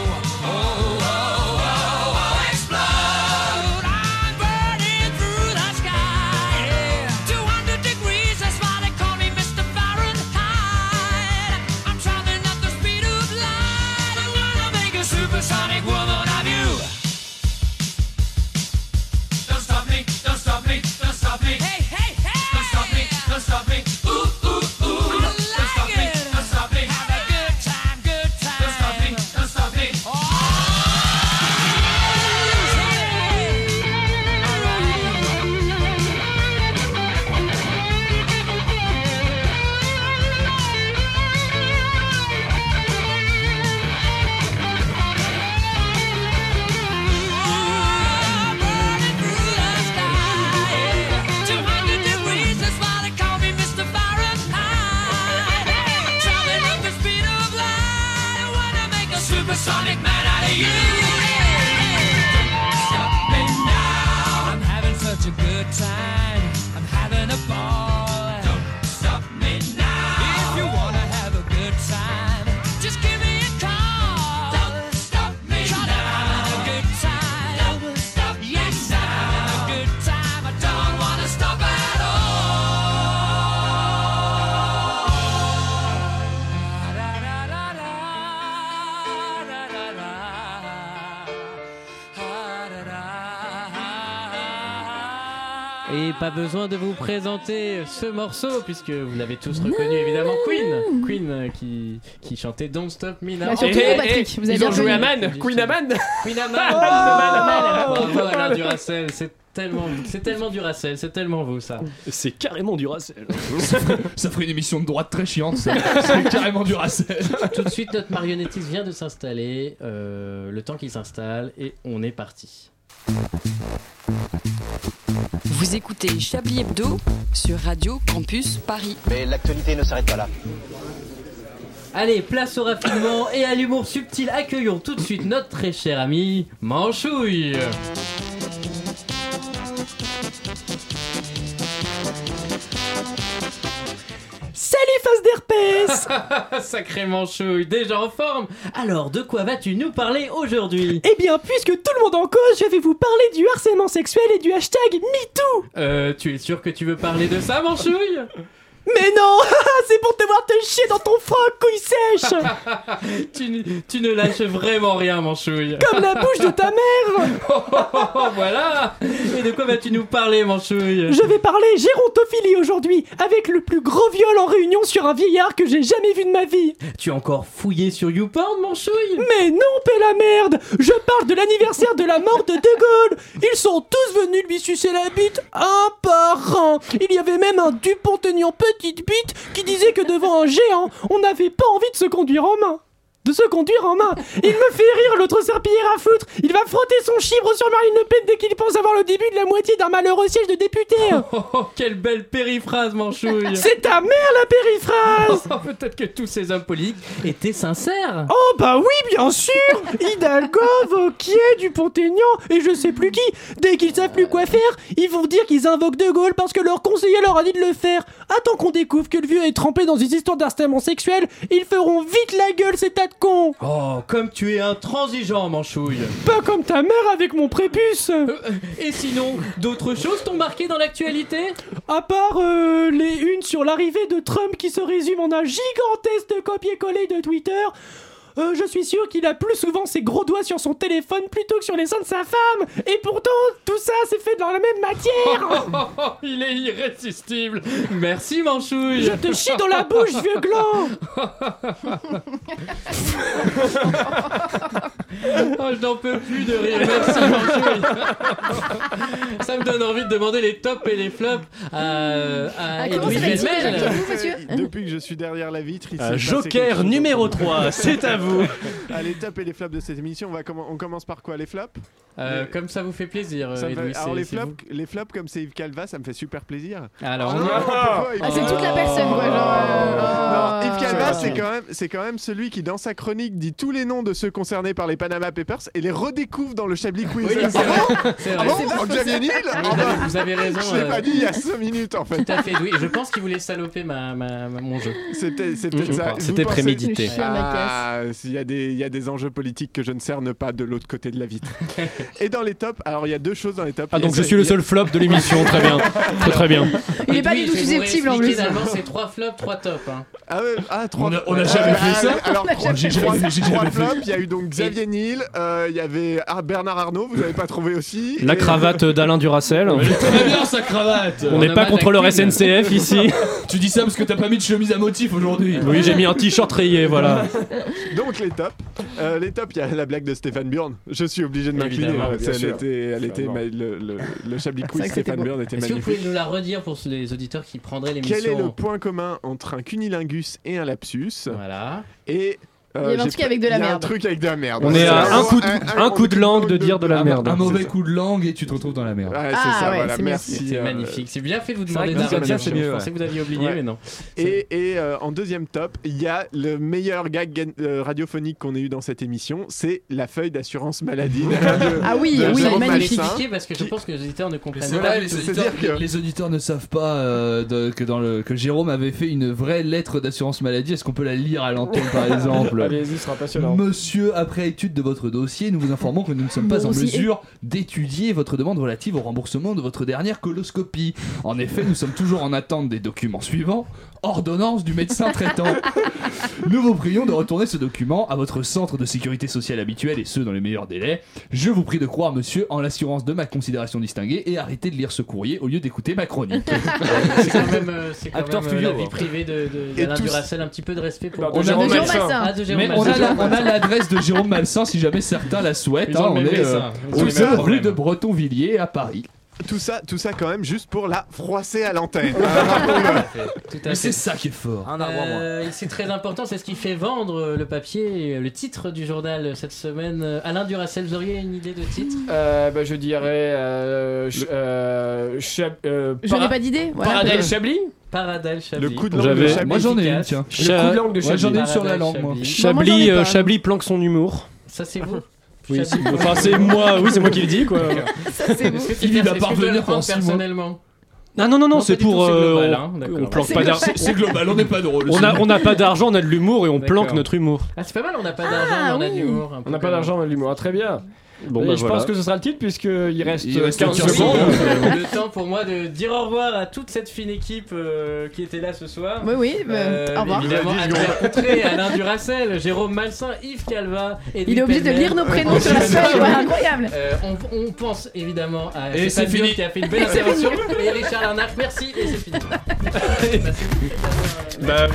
oh, oh, oh, oh, oh, explode. I'm burning through the sky. Yeah. 200 degrees. That's why they call me Mr. Fahrenheit. I'm traveling at the speed of light. I'm gonna make a supersonic woman of you. Don't stop me, don't stop me, don't stop me. Hey, hey, hey! Don't stop me, don't stop me. Ooh, ooh, ooh. I don't stop me, don't stop me. Have a good time, good time. Oh. Don't stop me, don't stop me. Sonic man out of you. Don't stop me now. I'm having such a good time. I'm having a ball. Don't stop me now. If you wanna have a good time, just give me a call. Don't stop me now. I'm having a good time. Don't stop yes, now. I'm having a good time. I don't wanna stop at all. Et pas besoin de vous présenter ce morceau, puisque vous l'avez tous reconnu évidemment, Queen Queen euh, qui, qui chantait Don't Stop Me Now. Bah, surtout vous, Patrick, vous avez bien connu. Queen Aman Queen Aman Oh Oh Oh, Bravo Alain Duracell, c'est tellement, c'est tellement Duracell, c'est tellement vous ça. C'est carrément du Duracell. ça, ferait, ça ferait une émission de droite très chiante, ça. C'est carrément du Duracell. Tout de suite, notre marionnettiste vient de s'installer, euh, le temps qu'il s'installe, et on est parti. Vous écoutez Chablis Hebdo sur Radio Campus Paris. Mais l'actualité ne s'arrête pas là. Allez, place au raffinement et à l'humour subtil. Accueillons tout de suite notre très cher ami Manchouille. Salut face d'herpès Sacré Manchouille, déjà en forme Alors, de quoi vas-tu nous parler aujourd'hui Eh bien, puisque tout le monde en cause, je vais vous parler du harcèlement sexuel et du hashtag MeToo Euh, tu es sûr que tu veux parler de ça, Manchouille Mais non ah, C'est pour te voir te chier dans ton froc, couille sèche tu, ne- tu ne lâches vraiment rien, Manchouille. Comme la bouche de ta mère Oh, oh, oh, voilà Et de quoi vas-tu nous parler, Manchouille Je vais parler gérontophilie aujourd'hui, avec le plus gros viol en réunion sur un vieillard que j'ai jamais vu de ma vie Tu as encore fouillé sur YouPorn, Manchouille Mais non, paix la merde Je parle de l'anniversaire de la mort de De Gaulle Ils sont tous venus lui sucer la bite, un par un Il y avait même un Dupont-Aignan petite bite qui disait que devant un géant, on n'avait pas envie de se conduire en main de se conduire en main. Il me fait rire, l'autre serpillière à foutre. Il va frotter son chibre sur Marine Le Pen dès qu'il pense avoir le début de la moitié d'un malheureux siège de député. Oh, oh, quelle belle périphrase, Manchouille C'est ta mère la périphrase Oh, Peut-être que tous ces hommes politiques étaient sincères Oh bah oui, bien sûr Hidalgo, Vauquier, Dupont-Aignan et je sais plus qui Dès qu'ils savent plus quoi faire, ils vont dire qu'ils invoquent De Gaulle parce que leur conseiller leur a dit de le faire Attends qu'on découvre que le vieux est trempé dans une histoire d'harcèlement sexuel, ils feront vite la gueule ces tas de cons Oh, comme tu es intransigeant, Manchouille Pas comme ta mère avec mon prépuce Euh, Et sinon, d'autres choses t'ont marqué dans l'actualité À part euh, les unes sur l'arrivée de Trump qui se résume en un gigantesque copier-coller de Twitter, euh, je suis sûr qu'il a plus souvent ses gros doigts sur son téléphone plutôt que sur les seins de sa femme. Et pourtant, tout ça, c'est fait dans la même matière. Il est irrésistible Merci, Manchouille Je te chie dans la bouche, vieux gland. Oh, je n'en peux plus de rire. Merci, Manchouille. Ça me donne envie de demander les tops et les flops à, à Ah, comment Edoui ça va-t-il Bellemel. déjà Vous, monsieur Euh, Depuis que je suis derrière la vitre, il Euh, s'est passé quelque Joker chose. numéro 3, c'est à vous. Allez, tapez les flaps de cette émission. On, va commen- on commence par quoi Les flaps Euh, comme ça vous fait plaisir, Ça me fait- Edoui. c'est- Alors, les c'est flaps, vous. les flaps, comme c'est Yves Calva, ça me fait super plaisir. Oh, Alors, on Non, y va. pourquoi Yves Ah, c'est Calva toute la personne, quoi, genre, euh, Non, Yves Calva, euh, c'est quand, même- c'est quand même celui qui, dans sa chronique, dit tous les noms de ceux concernés par les Panama Papers et les redécouvre dans le Chablis Quiz. Oui, c'est Ah vrai. bon C'est Ah vrai. bon C'est pas Donc, Xavier Niel Oui, Ah vous bah, avez- vous avez raison. Je l'ai euh, pas dit il y a 5 minutes, en fait. Tout à fait, Edoui. Je pense qu'il voulait saloper ma, ma- ma- mon jeu. C'est peut-être c'est peut-être Je ça. crois. Vous Mm, C'était pensez- prémédité. Je suis à ma Ah, s'il y a des- il y, a des enjeux politiques que je ne cerne pas de l'autre côté de la vitre. Et dans les tops, alors il y a deux choses dans les tops. Ah Il y a donc je ça- suis le il y a- seul flop de l'émission, très bien. Très très bien. Il est pas Edoui, du je tout vais vous susceptible, en réexpliquer plus. d'avant, c'est 3 flops, 3 tops. hein. Ah ouais, ah, trois- On a- on a Ah, jamais ah, fait ça. Alors, On a trois, jamais trois- fait ça. J'ai trois jamais fait flops, il y a eu donc Xavier Niel, euh, il y avait ah, Bernard Arnault, vous n'avez pas trouvé aussi. La Et- cravate d'Alain Duracel. Très bien sa cravate On n'est pas hommage contre à leur Queen. SNCF ici. Tu dis ça parce que t'as pas mis de chemise à motif aujourd'hui. Oui, j'ai mis un t-shirt rayé, voilà. Donc les tops. Euh, les tops, il y a la blague de Stéphane Byrne. Je suis obligé de m'incliner. Évidemment, parce bien qu'elle sûr. était, elle était Évidemment. ma- le, le, le Chablis Quiz vrai que c'était Stéphane beau. Byrne était Est-ce que vous magnifique. pouvez nous la redire pour les auditeurs qui prendraient l'émission Quel est le en- point commun entre un cunilingus et un lapsus Voilà. Et euh, Il y avait un j'ai truc pas- avec de la il y a un merde. truc avec de la merde. On est C'est à un vraiment coup de, un coup de langue de dire de la Un merde. mauvais coup de langue et tu te retrouves dans la merde. Ouais, c'est Ah ça, ouais, voilà, c'est mieux. merci. C'est euh, magnifique. C'est bien fait de vous vrai demander que de la c'est redire. magnifique, Je mieux, pensais que vous aviez oublié, Ouais. mais non. Et, et, euh, en deuxième top, il y a le meilleur gag gan- euh, radiophonique qu'on ait eu dans cette émission, c'est la feuille d'assurance maladie. de Radio- Ah oui, de oui, Jérôme magnifique. Malsain. Expliquez parce que je pense que les auditeurs ne Mais c'est comprennent pas. vrai, les C'est-à-dire auditeurs, que- les auditeurs ne savent pas euh, de- que, dans le, que Jérôme avait fait une vraie lettre d'assurance maladie. Est-ce qu'on peut la lire à l'antenne par exemple Allez-y, ce sera passionnant. Monsieur, après étude de votre dossier, nous vous informons que nous ne sommes pas en Dossier. mesure d'étudier votre demande relative au remboursement de votre dernière coloscopie. En effet, nous sommes toujours en attente des documents suivants. Ordonnance du médecin traitant. Nous vous prions de retourner ce document à votre centre de sécurité sociale habituel et ce dans les meilleurs délais. Je vous prie de croire, monsieur, en l'assurance de ma considération distinguée et arrêtez de lire ce courrier au lieu d'écouter ma chronique. C'est quand même, euh, c'est quand Acteur même, euh, la studio. vie privée de, de, Et d'Alain tous- Duracell. Un petit peu de respect pour Bah, Ah, de Jérôme Jérôme Malsain. Malsain. Ah, de Jérôme Mais on a Malsain. la- on a l'adresse de Jérôme Malsan si jamais certains la souhaitent. Ils ont le hein. on même est dessin. Ils ont au le même rue problème. de Bretonvilliers à Paris. Tout ça, tout ça quand même juste pour la froisser à l'antenne. Ah, Tout à Mais c'est fait. ça qui est fort. Un arbre en moins. Euh, c'est très important, c'est ce qui fait vendre euh, le papier, euh, le titre du journal euh, cette semaine. Euh, Alain Duracell, vous auriez une idée de titre Euh, bah, je dirais. Euh, ch- euh, chab- euh, Je para- n'ai pas d'idée. Voilà. Paradise Chablis Paradise Chablis. le coup de langue J'avais- de Chablis. Moi j'en ai une, efficace. tiens. Le coup de langue de Ouais, Chablis. j'en ai une Paradise sur la langue, moi. Chablis. Moi, moi, j'en ai Chablis, pas. euh, Chablis planque son humour. Ça, c'est vous Oui, Chablis. c'est- enfin c'est moi, oui c'est moi qui le dis quoi. Ça, c'est vous. Est-ce que tu Il veux- est-ce va que tu veux parvenir le prendre en six mois. personnellement. Ah non non non, Non, c'est pas du tout, pour c'est euh, global, on- hein, d'accord. on planque C'est pas d'argent. global. Bah, C'est global, on n'est pas drôle. On a on n'a pas d'argent, on a de l'humour et on D'accord. planque notre humour. Ah, c'est pas mal, on n'a pas d'argent, mais on a oui. de l'humour. un peu On n'a pas comme- d'argent, mais de l'humour. Ah, très bien. Bon, bah, je je pense pense que ce sera le titre puisqu'il reste, Il reste 15 15 secondes. secondes. le temps pour moi de dire au revoir à toute cette fine équipe euh, qui était là ce soir. Euh, Oui, oui, bah, au revoir. Évidemment, Il y a dix Andrea secondes. Contré, Alain Duracel, Jérôme Malsain, Yves Calva. Edwin Il est obligé de Pellemel. lire nos prénoms sur la C'est feuille, ça. ouais, incroyable. Euh, on, on pense évidemment à Et Stéphane c'est fini. Dion qui a fait une belle intervention. et Richard Larnac, merci et c'est fini. Bah,